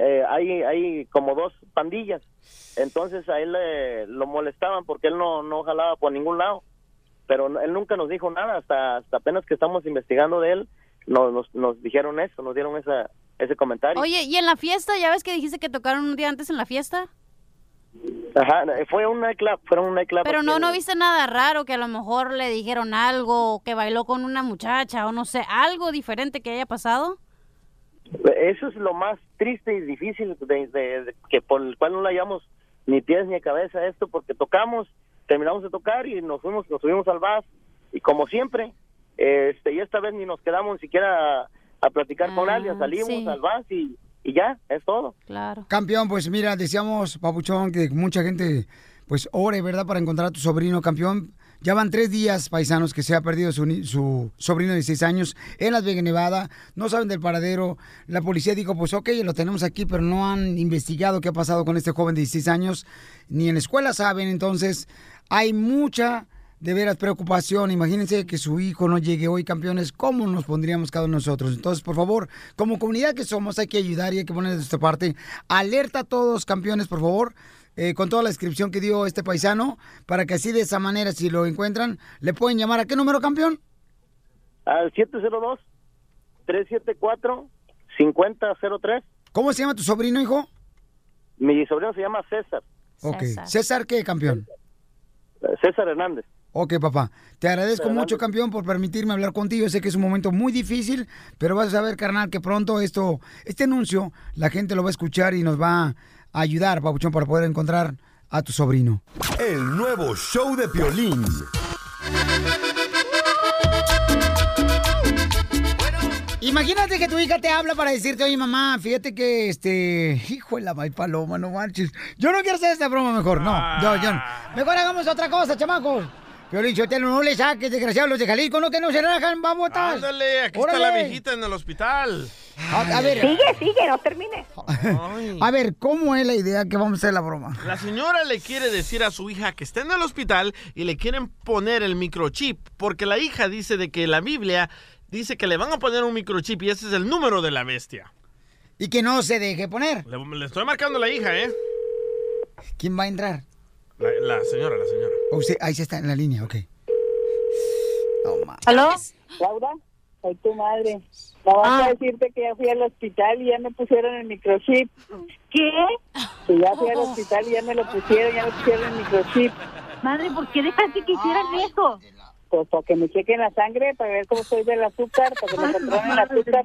Speaker 6: eh, hay, hay como dos pandillas. Entonces a él eh, lo molestaban porque él no, no jalaba por ningún lado. Pero no- él nunca nos dijo nada, hasta, hasta apenas que estamos investigando de él, nos, nos, nos dijeron eso, nos dieron esa, ese comentario.
Speaker 8: Oye, ¿y en la fiesta? ¿Ya ves que dijiste que tocaron un día antes en la fiesta?
Speaker 6: Ajá, fue un nightclub, fueron un nightclub.
Speaker 8: Pero no,
Speaker 6: aquí
Speaker 8: no
Speaker 6: en-
Speaker 8: viste nada raro, que a lo mejor le dijeron algo, o que bailó con una muchacha, o no sé, algo diferente que haya pasado.
Speaker 6: Eso es lo más triste y difícil de, de- de- que por el cual no le hallamos ni pies ni cabeza a esto, porque tocamos, terminamos de tocar y nos fuimos, nos subimos al bus y como siempre, este, y esta vez ni nos quedamos ni siquiera a, a platicar con alguien, salimos al bus y, y ya, es todo.
Speaker 8: Claro.
Speaker 2: Campeón, pues mira, decíamos, Papuchón, que mucha gente pues ore, ¿verdad? Para encontrar a tu sobrino, campeón. Ya van tres días, paisanos, que se ha perdido su, ni- su sobrino de seis años en Las Vegas, Nevada. No saben del paradero. La policía dijo, pues ok, lo tenemos aquí, pero no han investigado qué ha pasado con este joven de 16 años. Ni en la escuela saben. Entonces, hay mucha, de veras, preocupación. Imagínense que su hijo no llegue hoy, campeones. ¿Cómo nos pondríamos cada uno de nosotros? Entonces, por favor, como comunidad que somos, hay que ayudar y hay que poner de nuestra parte. Alerta a todos, campeones, por favor eh, con toda la descripción que dio este paisano, para que así de esa manera, si lo encuentran, le pueden llamar a qué número, campeón?
Speaker 6: Al 702-374-5003.
Speaker 2: ¿Cómo se llama tu sobrino, hijo?
Speaker 6: Mi sobrino se llama César,
Speaker 2: Ok.
Speaker 6: César.
Speaker 2: César, ¿qué, campeón?
Speaker 6: César Hernández.
Speaker 2: Ok, papá. Te agradezco
Speaker 6: Adelante.
Speaker 2: mucho, campeón, por permitirme hablar contigo. Sé que es un momento muy difícil, pero vas a ver, carnal, que pronto esto, este anuncio, la gente lo va a escuchar y nos va a ayudar, Papuchón, para poder encontrar a tu sobrino.
Speaker 7: El nuevo show de Piolín.
Speaker 2: Imagínate que tu hija te habla para decirte, oye mamá, fíjate que este, hijo de la mal paloma, no manches. Yo no quiero hacer esta broma mejor, no, yo, yo no. Mejor hagamos otra cosa, chamacos. Piolín, Sotelo, no le saques, desgraciado, los de Jalisco, no que no se rajan, babotas.
Speaker 3: Ándale, aquí
Speaker 2: Órale.
Speaker 3: está la viejita en el hospital.
Speaker 2: A, a ver. sigue, no termine. a ver, ¿cómo es la idea que vamos a hacer la broma?
Speaker 3: La señora le quiere decir a su hija que está en el hospital y le quieren poner el microchip porque la hija dice de que la Biblia dice que le van a poner un microchip y ese es el número de la bestia.
Speaker 2: Y que no se deje poner.
Speaker 3: Le, le estoy marcando a la hija, ¿eh?
Speaker 2: ¿Quién va a entrar?
Speaker 3: La, la señora, la señora.
Speaker 2: O usted, ahí se está en la línea, ok.
Speaker 23: ¿Aló?
Speaker 19: Laura, soy tu madre. No vas a decirte que ya fui al hospital y ya me pusieron el microchip. ¿Qué? Que ya fui al hospital y ya me lo pusieron, ya me pusieron el microchip. Madre, ¿por qué dejaste que hicieran eso? Pues para que me chequen la sangre, para ver cómo soy del azúcar, para que me controlen el azúcar.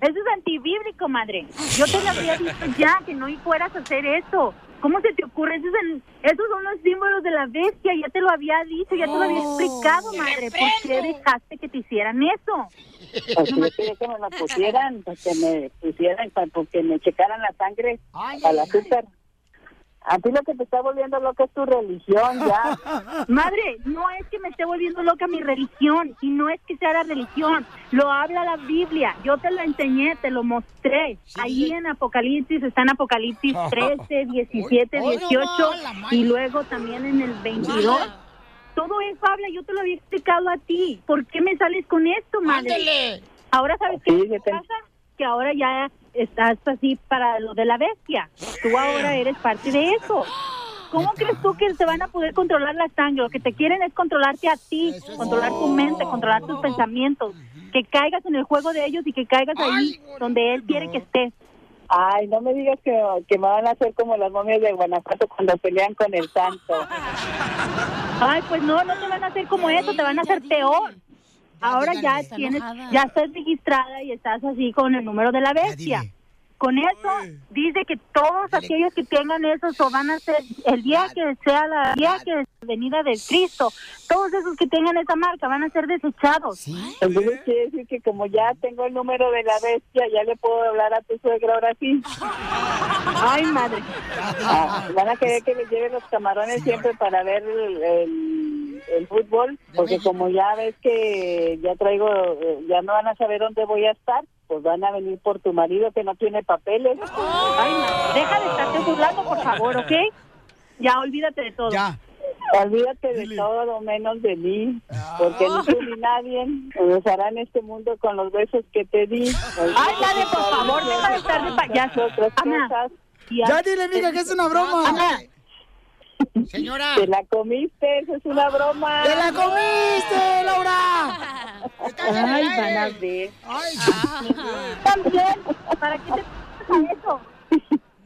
Speaker 23: Eso es antibíblico, madre. Yo te lo había dicho ya, que no fueras a hacer eso. ¿Cómo se te ocurre? Esos, son- esos son los símbolos de la bestia. Ya te lo había dicho, ya te lo había explicado, madre. ¿Por qué dejaste que te hicieran eso?
Speaker 19: Pues yo quería que me la pusieran, para que me pusieran, para que me checaran la sangre, al azúcar. A ti lo que te está volviendo loca es tu religión, ya.
Speaker 23: Madre, no es que me esté volviendo loca mi religión y no es que sea la religión, lo habla la Biblia, yo te lo enseñé, te lo mostré, ahí en Apocalipsis, está en Apocalipsis 13, 17,
Speaker 9: Hoy- hoy no
Speaker 23: 18
Speaker 9: va la madre.
Speaker 23: y luego también en el 22. Todo eso habla, yo te lo había explicado a ti, ¿por qué me sales con esto, madre? Ahora sabes qué me pasa, que ahora ya estás así para lo de la bestia, tú ahora eres parte de eso. ¿Cómo crees tú que te van a poder controlar la sangre? Lo que te quieren es controlarte a ti, controlar tu mente, controlar tus pensamientos, que caigas en el juego de ellos y que caigas ahí donde él quiere que estés.
Speaker 19: Ay, no me digas que, que me van a hacer como las momias de Guanajuato cuando pelean con el santo.
Speaker 23: Ay, pues no, no te van a hacer como eso, te van a hacer peor. Ahora ya
Speaker 9: está
Speaker 23: tienes,
Speaker 9: enojada.
Speaker 23: ya estás registrada y estás así con el número de la bestia. Con eso dice que todos aquellos que tengan eso so van a ser el día que sea la día que venida del Cristo, todos esos que tengan esa marca van a ser desechados.
Speaker 19: Entonces Pues, quiere decir que como ya tengo el número de la bestia, ya le puedo hablar a tu suegra ahora sí. Ay, madre. Ah, van a querer que les lleven los camarones siempre para ver el, el- el fútbol, porque como ya ves que ya traigo, eh, ya no van a saber dónde voy a estar, pues van a venir por tu marido que no tiene papeles. Ay, madre, deja de estarte burlando, por favor, ¿ok?
Speaker 23: Ya olvídate de todo.
Speaker 2: Ya.
Speaker 19: Olvídate de todo menos de mí, porque
Speaker 23: Oh.
Speaker 19: ni tú ni nadie me en este mundo con los besos que te di.
Speaker 23: Ay, dale, por favor, deja de estar de payaso. Ana,
Speaker 19: Ya dile, amiga, que es una broma.
Speaker 2: Señora.
Speaker 19: Te la comiste, eso es una broma.
Speaker 2: ¡Te la comiste, Laura!
Speaker 19: Ay, van a ver.
Speaker 9: Ah.
Speaker 23: También, ¿para qué te pones a eso?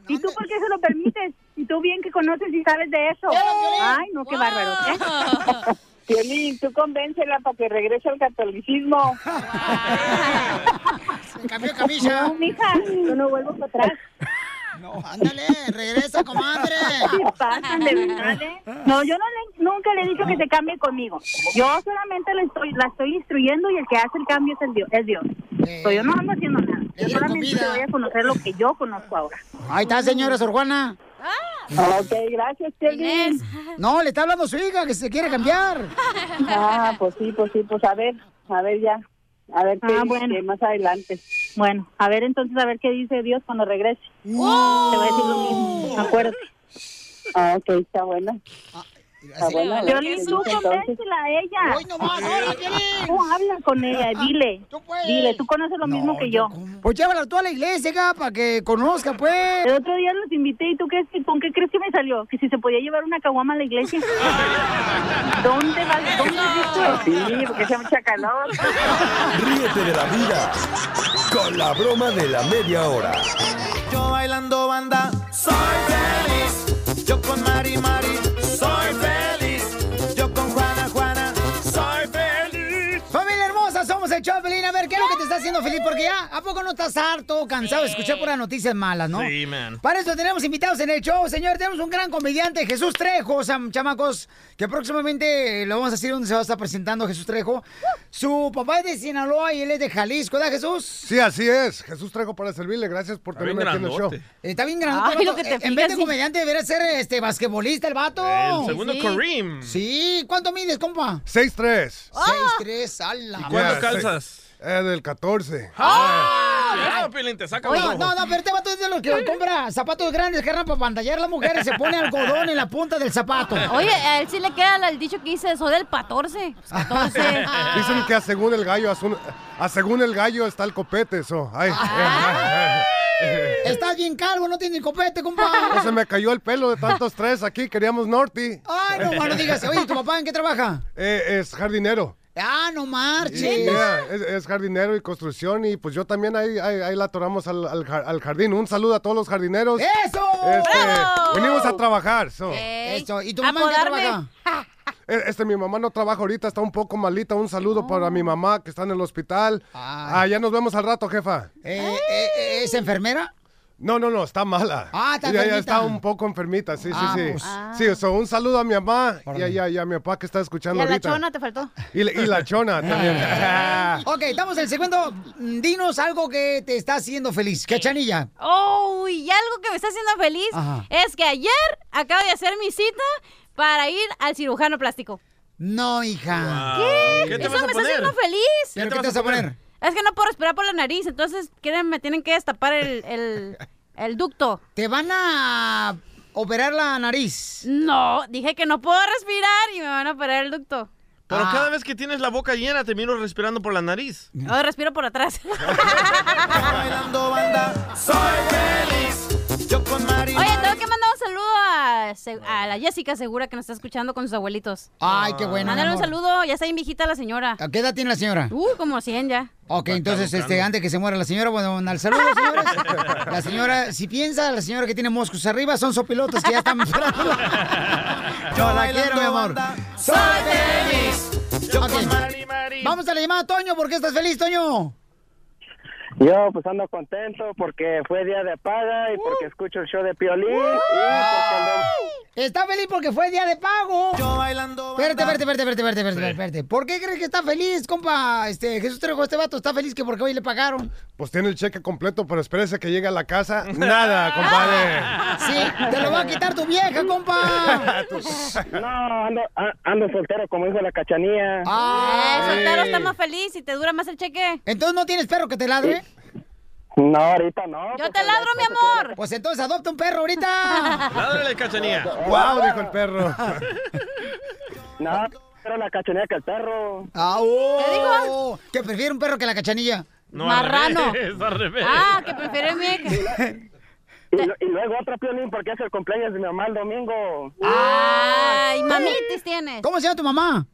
Speaker 23: ¿Y tú por qué se lo permites? Y tú bien que conoces y sabes de eso. Ay, no, qué bárbaro. ¿eh?
Speaker 19: Piolín, tú convéncela para que regrese al catolicismo.
Speaker 2: Me cambió de camisa.
Speaker 23: No, mija, yo no vuelvo para atrás.
Speaker 2: No, ándale, regresa, comadre.
Speaker 23: Se pasan de verdad, ¿eh? No, yo no le- nunca le he dicho que se cambie conmigo. Yo
Speaker 2: Eh,
Speaker 23: solamente le estoy, la estoy instruyendo y el que hace el cambio es el Dios. Es Dios. So, yo no ando haciendo nada. Yo solamente te voy a conocer lo que yo conozco ahora.
Speaker 2: Ahí está, señora Sor Juana.
Speaker 23: Ah.
Speaker 2: Ah.
Speaker 19: Ok, gracias, Kevin.
Speaker 2: No, le está hablando su hija que se quiere cambiar.
Speaker 19: Ah, pues sí, pues sí, pues a ver, a ver ya. A ver qué
Speaker 23: Ah,
Speaker 19: dice
Speaker 23: bueno.
Speaker 19: más adelante.
Speaker 23: Bueno, a ver entonces a ver qué dice Dios cuando regrese.
Speaker 2: ¡Oh!
Speaker 23: Te va a decir lo mismo, acuérdate.
Speaker 19: Ah, ok, está buena.
Speaker 2: Ah,
Speaker 19: Está buena. la
Speaker 23: Piolín,
Speaker 19: entrevista,
Speaker 23: tú
Speaker 19: entonces.
Speaker 23: convéncela a ella. Tú habla con ella,
Speaker 2: Ah.
Speaker 23: dile. Dile, tú conoces lo mismo que yo.
Speaker 2: Pues llévala tú a la iglesia, acá, para que conozca, pues.
Speaker 23: El otro día los invité y tú crees que, con qué crees que me salió? Que si se podía llevar una caguama a la iglesia. ¿Dónde vas? ¿Dónde has visto? Sí, porque hace mucha calor.
Speaker 7: Ríete de la vida con la broma de la media hora.
Speaker 16: Yo bailando banda soy feliz. Yo con Mari Mari soy feliz. Yo con Juana Juana soy feliz.
Speaker 2: Familia hermosa, somos el Choplin. A ver, ¿qué es lo que te está haciendo feliz? Porque ya, ¿a poco no estás harto, cansado de escuchar puras noticias malas, no?
Speaker 3: Sí, man.
Speaker 2: Para eso tenemos invitados en el show, señor. Tenemos un gran comediante, Jesús Trejo, sam- chamacos, que próximamente eh, lo vamos a decir donde se va a estar presentando Jesús Trejo. Su papá es de Sinaloa y él es de Jalisco, ¿da Jesús?
Speaker 9: Sí, así es. Jesús Trejo para servirle. Gracias por tenerme aquí en el show.
Speaker 2: Está bien grande.
Speaker 9: Ay, lo que te
Speaker 2: en
Speaker 9: pica,
Speaker 2: vez de
Speaker 9: sí.
Speaker 2: comediante debería ser este basquetbolista el vato.
Speaker 9: El segundo Sí. Kareem.
Speaker 2: Sí, ¿cuánto mides, compa?
Speaker 9: 6-3.
Speaker 10: Ah.
Speaker 2: 6'3", ala.
Speaker 9: Ya, sí. Eh, del 14.
Speaker 2: ¡Oh!
Speaker 3: Cuidado, Piolín, te saca
Speaker 2: Oye,
Speaker 3: los
Speaker 2: no,
Speaker 3: ojos.
Speaker 2: no, pero este vato es de los que compra zapatos grandes, carnal, para pantallar a las mujeres. Se pone algodón en la punta del zapato.
Speaker 8: Oye, a él sí le queda la- el dicho que dice, soy del 14. Pues, 14.
Speaker 9: Dicen que a según el gallo, a, su- a según el gallo está el copete, eso. Ay. eh,
Speaker 2: Ah. Estás bien calvo, no tienes copete, compa.
Speaker 9: No se me cayó el pelo de tantos tres aquí, queríamos Norty.
Speaker 2: Ay, no, mano, digas. Oye, ¿tu papá en qué trabaja?
Speaker 9: Eh, es jardinero.
Speaker 2: Ah, no marches.
Speaker 9: Yeah, es, es jardinero y construcción y pues yo también ahí, ahí, ahí la atoramos al, al jar- al jardín. Un saludo a todos los jardineros.
Speaker 2: ¡Eso!
Speaker 9: Este,
Speaker 8: ¡Bravo! Eh.
Speaker 9: venimos a trabajar. so.
Speaker 2: Eso, ¿y tu mamá en qué
Speaker 8: Apodarme.
Speaker 2: trabaja?
Speaker 9: Eh, Este, mi mamá no trabaja ahorita, está un poco malita. Un saludo
Speaker 8: Oh.
Speaker 9: para mi mamá que está en el hospital.
Speaker 2: Ah.
Speaker 9: Ah, ya nos vemos al rato, jefa.
Speaker 2: Eh, ¿Es enfermera?
Speaker 9: No, no, no, está mala.
Speaker 2: Ah, está
Speaker 9: ya, ya
Speaker 2: enfermita.
Speaker 9: está un poco enfermita, sí,
Speaker 2: Ah,
Speaker 9: sí, sí.
Speaker 2: pues. Ah.
Speaker 9: Sí, so, un saludo a mi mamá y a, y a- y a mi papá que está escuchando
Speaker 8: Y a la
Speaker 9: ahorita.
Speaker 8: chona te faltó.
Speaker 9: Y, la- y la chona también.
Speaker 2: Ok, estamos en el segundo. Mm, Dinos algo que te está haciendo feliz. ¿Cachanilla?
Speaker 8: Oh, y algo que me está haciendo feliz
Speaker 2: Ajá.
Speaker 8: es que ayer acabo de hacer mi cita para ir al cirujano plástico.
Speaker 2: No, hija.
Speaker 8: ¿Qué?
Speaker 2: ¿Qué te
Speaker 8: Eso
Speaker 2: vas a
Speaker 8: me
Speaker 2: poner?
Speaker 8: está haciendo feliz.
Speaker 2: ¿Pero ¿Qué te qué te vas vas a a poner? poner?
Speaker 8: Es que no puedo respirar por la nariz, entonces quieren, me tienen que destapar el, el, el ducto.
Speaker 2: ¿Te van a operar la nariz?
Speaker 8: No, dije que no puedo respirar y me van a operar el ducto. Ah.
Speaker 3: Pero
Speaker 2: Ah.
Speaker 3: cada vez que tienes la boca llena, te miro respirando por la nariz.
Speaker 8: Ahora respiro por atrás.
Speaker 16: Bailando banda soy feliz. Yo con Mari
Speaker 8: Oye, tengo que mandar un saludo a, Se- a la Jessica Segura que nos está escuchando con sus abuelitos.
Speaker 2: Ay, qué bueno,
Speaker 8: Mándale
Speaker 2: mi
Speaker 8: un
Speaker 2: amor.
Speaker 8: saludo, ya está bien viejita la señora.
Speaker 2: ¿A qué edad tiene la señora?
Speaker 8: Uh, como 100 ya.
Speaker 2: Ok, entonces,
Speaker 8: caducando.
Speaker 2: este, antes que se muera la señora, bueno, al saludo, señores. La señora, si piensa, la señora que tiene moscos arriba, son sopilotas que ya están Yo la quiero, mi amor.
Speaker 16: soy feliz. Yo
Speaker 2: Ok.
Speaker 16: con Mari
Speaker 2: Vamos a la llamada, Toño, ¿por qué estás feliz, Toño?
Speaker 10: Yo pues ando contento porque fue día de paga y
Speaker 6: Uh.
Speaker 10: porque escucho el show de Piolín. y
Speaker 2: Está feliz porque fue día de pago. Yo bailando. Espérate, espérate, espérate, espérate, espérate, espérate,
Speaker 9: Sí.
Speaker 2: espérate. ¿Por qué crees que está feliz, compa? Este, Jesús Trejo, este vato está feliz que porque hoy le pagaron.
Speaker 9: Pues tiene el cheque completo, pero espérese que llegue a la casa. Nada, compadre.
Speaker 2: Sí, te lo va a quitar tu vieja, compa.
Speaker 10: No, ando, a- ando soltero como dijo la cachanía.
Speaker 8: Ah, el soltero está más feliz y te dura más el cheque.
Speaker 2: Entonces no tienes perro que te ladre.
Speaker 10: No, ahorita no. pues
Speaker 8: Yo te ladro, mi amor.
Speaker 2: Pues entonces adopta un perro ahorita.
Speaker 3: Ládrale, cachanía.
Speaker 9: ¡Wow! Dijo el perro.
Speaker 10: No, pero la cachanía que el perro.
Speaker 2: Ah, oh. ¿Qué dijo? Que prefiere un perro que la cachanilla.
Speaker 10: No, al Marrano. revés, al revés. Ah, que
Speaker 8: prefiere mí.
Speaker 10: Y, lo- y luego otro Piolín porque es el cumpleaños de mi mamá el domingo.
Speaker 8: Ay, mamitis tienes.
Speaker 2: ¿Cómo se llama tu mamá?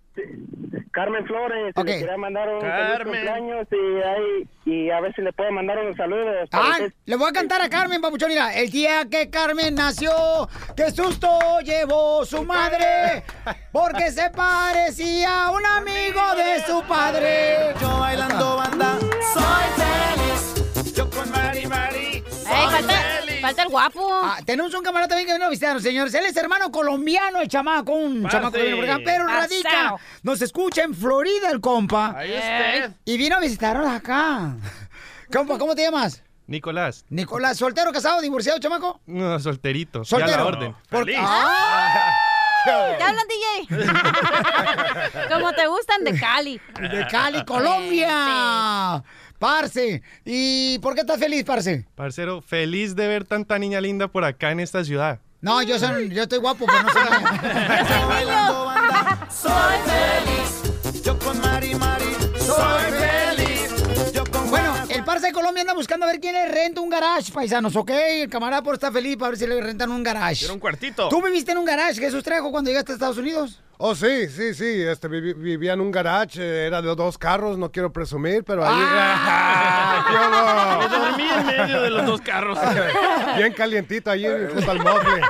Speaker 10: Carmen Flores, y
Speaker 2: Ok.
Speaker 10: le quería mandar un
Speaker 2: Carmen.
Speaker 10: feliz cumpleaños y, ahí- y a ver si le puede mandar un saludo.
Speaker 2: Ah, le voy a cantar a Carmen, papuchón. Mira, el día que Carmen nació, qué susto llevó su madre, porque se parecía a un amigo de su padre.
Speaker 16: Yo bailando banda soy feliz. Yo con Mari Mari
Speaker 2: Ey,
Speaker 16: soy feliz.
Speaker 2: el guapo. Ah, tenemos un camarada también que vino a visitarnos, señores. Él es hermano colombiano, el chamaco, un
Speaker 16: Parce.
Speaker 2: chamaco que viene por acá, pero
Speaker 16: Parcero.
Speaker 2: radica. Nos escucha en Florida el compa.
Speaker 16: Ahí usted.
Speaker 2: Y vino a visitarnos acá. Compa, ¿cómo te llamas?
Speaker 1: Nicolás.
Speaker 2: Nicolás, ¿soltero, casado, divorciado, chamaco?
Speaker 1: No, solterito. Ya
Speaker 2: Soltero.
Speaker 1: la orden.
Speaker 2: Por- ¡Ah!
Speaker 8: Te hablan, DJ. Como te gustan de Cali.
Speaker 2: De Cali, Colombia. Parce, ¿y por qué estás feliz, parce?
Speaker 1: Parcero, feliz de ver tanta niña linda por acá en esta ciudad.
Speaker 2: No, yo, soy- yo estoy guapo, pero no soy...
Speaker 16: Soy feliz. Yo con Mari Mari soy feliz. Yo con
Speaker 2: Bueno, el parce de Colombia anda buscando a ver quién le renta un garage, paisanos, ¿ok? El camarada por estar feliz para ver si le rentan un garage.
Speaker 9: Quiero un cuartito.
Speaker 2: ¿Tú viviste en un garage, Jesús Trejo, cuando llegaste a Estados Unidos?
Speaker 9: Oh, sí, sí, sí. Este, vivi- vivía en un garage, eh, era de dos carros, no quiero presumir, pero ahí.
Speaker 3: Me dormí en medio de los dos carros.
Speaker 9: Bien calientito ahí junto al mofle.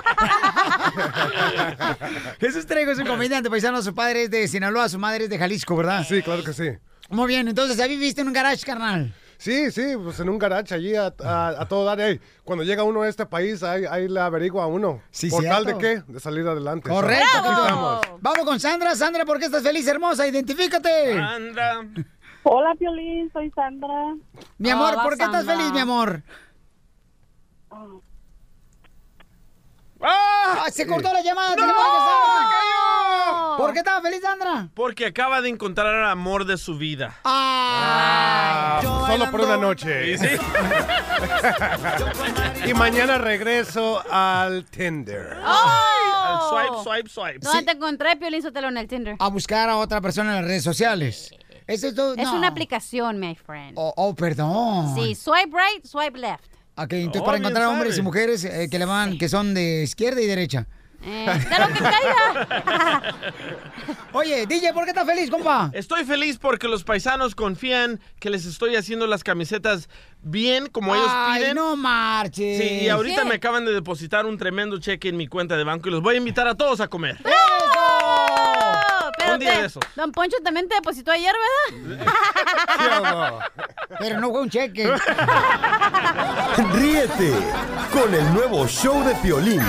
Speaker 2: Jesús Trejo es un comediante paisano, su padre es de Sinaloa, su madre es de Jalisco, ¿verdad?
Speaker 9: Sí, claro que sí.
Speaker 2: Muy bien, entonces ahí viviste en un garage, carnal.
Speaker 9: Sí, sí, pues en un garage allí a, a, a todo dar. Ey, cuando llega uno a este país, ahí, ahí le averigua a uno.
Speaker 2: Sí,
Speaker 9: ¿Por tal de
Speaker 2: cierto.
Speaker 9: qué? De salir adelante.
Speaker 2: Correcto.
Speaker 9: Aquí
Speaker 2: Paquito.
Speaker 9: estamos.
Speaker 2: Vamos con Sandra. Sandra, ¿por qué estás feliz, hermosa? Identifícate.
Speaker 9: Ah.
Speaker 2: Sandra.
Speaker 19: Hola, Piolín, soy Sandra.
Speaker 2: Mi amor,
Speaker 23: Ah,
Speaker 19: Hola,
Speaker 2: ¿por qué estás
Speaker 19: Sandra.
Speaker 2: feliz, mi amor? ¡Ah! Se cortó la llamada.
Speaker 19: ¡No!
Speaker 2: telefónica, Sandra.
Speaker 19: ¡Se cayó!
Speaker 2: ¿Por qué estás feliz, Sandra?
Speaker 3: Porque acaba de encontrar el amor de su vida.
Speaker 9: Ah, Solo por una noche. y mañana regreso al Tinder.
Speaker 8: ¡Oh!
Speaker 3: Al swipe, swipe, swipe.
Speaker 8: ¿Dónde te encontré, Piolín Sotelo, en el Tinder?
Speaker 2: A buscar a otra persona en las redes sociales. Eso Ah, es todo.
Speaker 8: Es
Speaker 2: no.
Speaker 8: una aplicación, my friend.
Speaker 2: Oh, oh, perdón.
Speaker 8: Sí, swipe right, swipe left.
Speaker 2: Ok, entonces
Speaker 8: Oh,
Speaker 2: para
Speaker 8: bien
Speaker 2: encontrar hombres
Speaker 8: sabe.
Speaker 2: y mujeres eh, que le van, que son de izquierda y derecha.
Speaker 8: Eh, de lo que caiga.
Speaker 2: Oye, DJ, ¿por qué estás feliz, compa?
Speaker 3: Estoy feliz porque los paisanos confían que les estoy haciendo las camisetas bien como ellos
Speaker 2: Ay,
Speaker 3: piden.
Speaker 2: no marches.
Speaker 3: Sí, y ahorita
Speaker 2: ¿Qué?
Speaker 3: me acaban de depositar un tremendo cheque en mi cuenta de banco y los voy a invitar a todos a comer.
Speaker 8: Pero
Speaker 3: Un día
Speaker 8: te-
Speaker 3: de esos.
Speaker 8: Don Poncho también te depositó ayer,
Speaker 13: Mm.
Speaker 8: ¿verdad?
Speaker 2: Pero no fue un cheque.
Speaker 7: Ríete con el nuevo show de Piolín.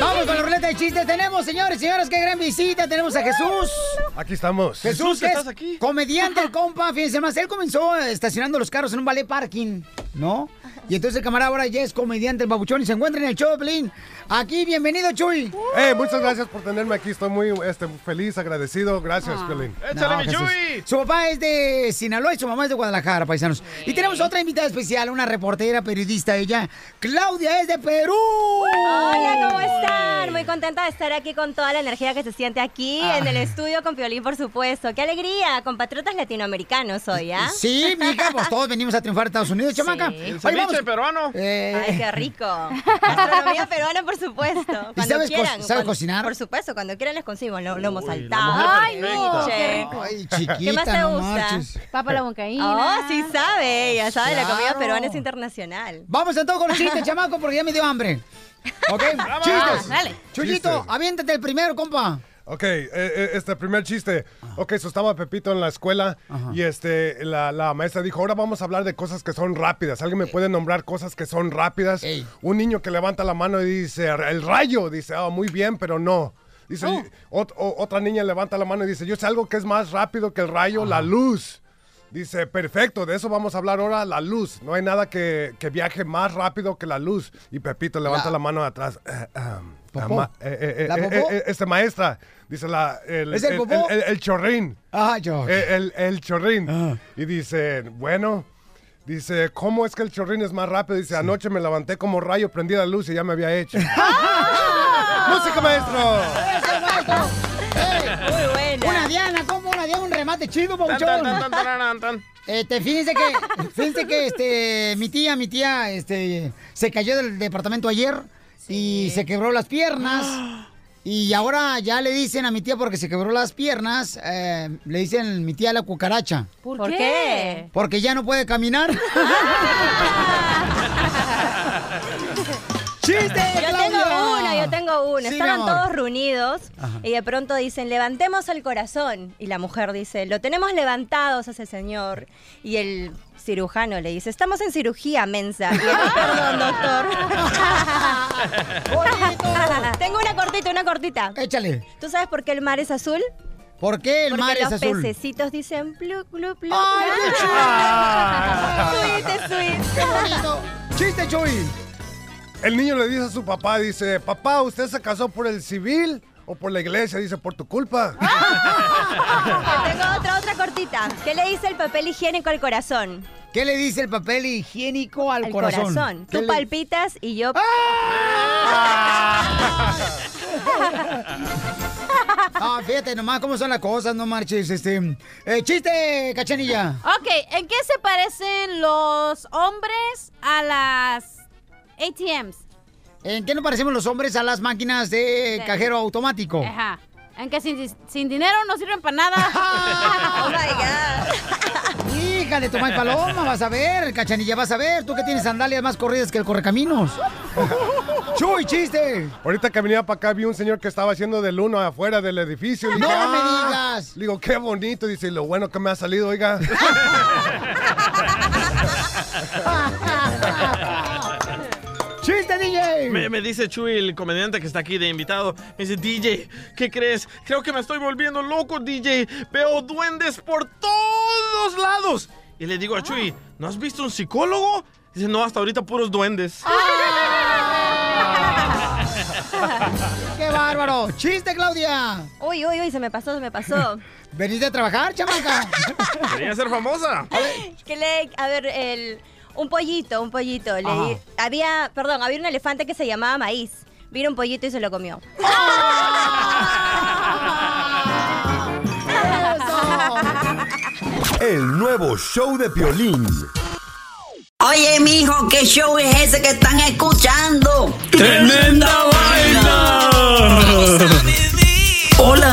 Speaker 2: Vamos con la ruleta de chistes. Tenemos, señores, señoras, qué gran visita. Tenemos a Jesús.
Speaker 9: Aquí estamos.
Speaker 2: Jesús, que es comediante, el compa, fíjense más, él comenzó eh, estacionando los carros en un ballet parking, ¿no? Y entonces el camarada ahora ya es comediante, el babuchón, y se encuentra en el show, Pelín. Aquí, bienvenido, Chuy.
Speaker 9: Hey, Eh, muchas gracias por tenerme aquí. Estoy muy este, feliz, agradecido. Gracias, Piolín.
Speaker 2: Ah. No, Jesús. Su papá es de Sinaloa y su mamá es de Guadalajara, paisanos. Y tenemos otra invitada especial, una reportera, periodista, ella, Claudia es de Perú.
Speaker 13: Hola, ¿cómo están? Muy contenta de estar aquí con toda la energía que se siente aquí en el estudio con Piolín, por supuesto. ¡Qué alegría! Compatriotas latinoamericanos hoy, ¿ah?
Speaker 2: Sí, mija, pues todos venimos a triunfar a Estados Unidos, chamaca.
Speaker 13: El
Speaker 2: Oye,
Speaker 13: ceviche
Speaker 3: peruano.
Speaker 2: Eh.
Speaker 13: ¡Ay, qué rico! Gastronomía peruana, por supuesto. Cuando
Speaker 2: sabes co-
Speaker 13: quieran,
Speaker 2: sabes
Speaker 13: cuando-
Speaker 2: cocinar?
Speaker 13: Por supuesto, cuando quieran les consigo lo- lomo saltado. mujer ¡Ay, perfecta. no! ¡Qué rico!
Speaker 2: Ay,
Speaker 13: ¿Qué más
Speaker 2: chiquita,
Speaker 13: te
Speaker 2: no
Speaker 13: gusta?
Speaker 2: marches.
Speaker 8: Papa la
Speaker 13: Oh,
Speaker 8: boncaína.
Speaker 13: sí sabe, ella sabe, la comida
Speaker 8: Claro.
Speaker 13: peruana es internacional.
Speaker 2: Vamos entonces con los chistes, chamaco, porque ya me dio hambre. ¿Ok?
Speaker 13: Vamos.
Speaker 2: Chistes.
Speaker 13: Ah, dale.
Speaker 2: Chuyito,
Speaker 9: Chistes.
Speaker 2: aviéntate el primero, compa.
Speaker 9: Ok, eh, eh, este primer chiste. Ok, so estaba Pepito en la escuela y este la, la maestra dijo, ahora vamos a hablar de cosas que son rápidas. ¿Alguien me puede nombrar cosas que son rápidas? Un niño que levanta la mano y dice, el rayo, dice, ah, muy bien, pero no. Dice, "Ot- o- otra niña levanta la mano y dice, yo sé algo que es más rápido que el rayo, la luz. Dice, perfecto, de eso vamos a hablar ahora, la luz. No hay nada que, que viaje más rápido que la luz. Y Pepito levanta la,
Speaker 24: La-
Speaker 9: mano atrás. "Ah, ah, ah,
Speaker 24: ¿Popó?
Speaker 9: ma- eh, eh, eh,
Speaker 24: ¿La
Speaker 9: eh,
Speaker 24: popó?
Speaker 9: eh, eh, este maestra, dice la... El,
Speaker 24: ¿Es el popó?
Speaker 9: El, el chorrín.
Speaker 2: Ah,
Speaker 9: El, el- el chorrín. Y dice, bueno, dice, ¿cómo es que el chorrín es más rápido? Dice, anoche me levanté como rayo, prendí la luz y ya me había hecho. ¡Música, maestro!
Speaker 2: ¡Eso, maestro! ¡Ey!
Speaker 13: Muy buena.
Speaker 2: Una diana, ¿cómo una diana? Un remate chido,
Speaker 3: tan,
Speaker 2: pauchón.
Speaker 3: tan, tan, tan,
Speaker 2: Este, fíjense que, fíjense que, este, mi tía, mi tía, este, se cayó del departamento ayer y se quebró las piernas. Y ahora ya le dicen a mi tía, porque se quebró las piernas, eh, le dicen mi tía la cucaracha.
Speaker 8: ¿Por,
Speaker 13: ¿Por qué?
Speaker 2: Porque ya no puede caminar. ¡Chiste,
Speaker 13: Yo tengo
Speaker 2: Claudia!
Speaker 13: uno, yo tengo uno.
Speaker 2: Sí, mi
Speaker 13: Estaban
Speaker 2: amor.
Speaker 13: todos reunidos
Speaker 2: Ajá.
Speaker 13: y de pronto dicen, levantemos el corazón. Y la mujer dice, lo tenemos levantado, hace señor. Y el cirujano le dice, estamos en cirugía, mensa. Y él, Perdón, doctor. Tengo una cortita, una cortita.
Speaker 2: Échale.
Speaker 13: ¿Tú sabes por qué el mar es azul?
Speaker 2: ¿Por qué el
Speaker 13: Porque
Speaker 2: mar es
Speaker 13: los
Speaker 2: azul?
Speaker 13: pececitos dicen plu, plu, plu.
Speaker 2: qué chulo!
Speaker 13: Sweet, sweet.
Speaker 2: ¡Qué bonito! ¡Chiste, Chuy!
Speaker 9: El niño le dice a su papá, dice, papá, ¿usted se casó por el civil o por la iglesia? Dice, por tu culpa.
Speaker 13: Tengo otra, otra cortita. ¿Qué le dice el papel higiénico al corazón?
Speaker 2: ¿Qué le dice el papel higiénico al
Speaker 13: Al
Speaker 2: corazón?
Speaker 13: corazón.
Speaker 2: ¿Qué
Speaker 13: Tú
Speaker 2: le-
Speaker 13: palpitas y yo...
Speaker 2: Ah, fíjate nomás cómo son las cosas, no marches. Este, Eh, chiste, cachanilla.
Speaker 8: Ok, ¿en qué se parecen los hombres a las ATMs?
Speaker 2: ¿En qué nos parecemos los hombres a las máquinas de
Speaker 8: Sí.
Speaker 2: cajero automático?
Speaker 8: Ajá. En que sin, sin dinero no sirven para nada.
Speaker 13: oh my
Speaker 2: Hija de Tomás Paloma, vas a ver, cachanilla, vas a ver. Tú que tienes sandalias más corridas que el correcaminos. ¡Chuy, chiste!
Speaker 9: Ahorita que venía para acá vi un señor que estaba haciendo del uno afuera del edificio.
Speaker 2: ¡No me
Speaker 9: digas! Digo, qué bonito. Dice, lo bueno que me ha salido, oiga.
Speaker 2: ¡Chiste, DJ!
Speaker 3: Me, me dice Chuy, el comediante que está aquí de invitado, me dice, DJ, ¿qué crees? Creo que me estoy volviendo loco, DJ. Veo duendes por todos lados. Y le digo a Chuy, ¿no has visto un psicólogo? Dice, no, hasta ahorita puros duendes.
Speaker 2: ¡Qué bárbaro! ¡Chiste, Claudia!
Speaker 13: God. Uy, uy, uy, se me pasó, se me pasó.
Speaker 2: ¿Veniste a trabajar, chamaca?
Speaker 3: Quería ser famosa.
Speaker 13: que le, a ver, el, un pollito, un pollito. Le-
Speaker 3: Ajá.
Speaker 13: había, perdón, había un elefante que se llamaba maíz. Vino un pollito y se lo comió.
Speaker 7: El nuevo show de Piolín.
Speaker 11: Oye, mijo, ¿qué show es ese que están escuchando?
Speaker 15: ¡Tremenda vaina!
Speaker 11: Hola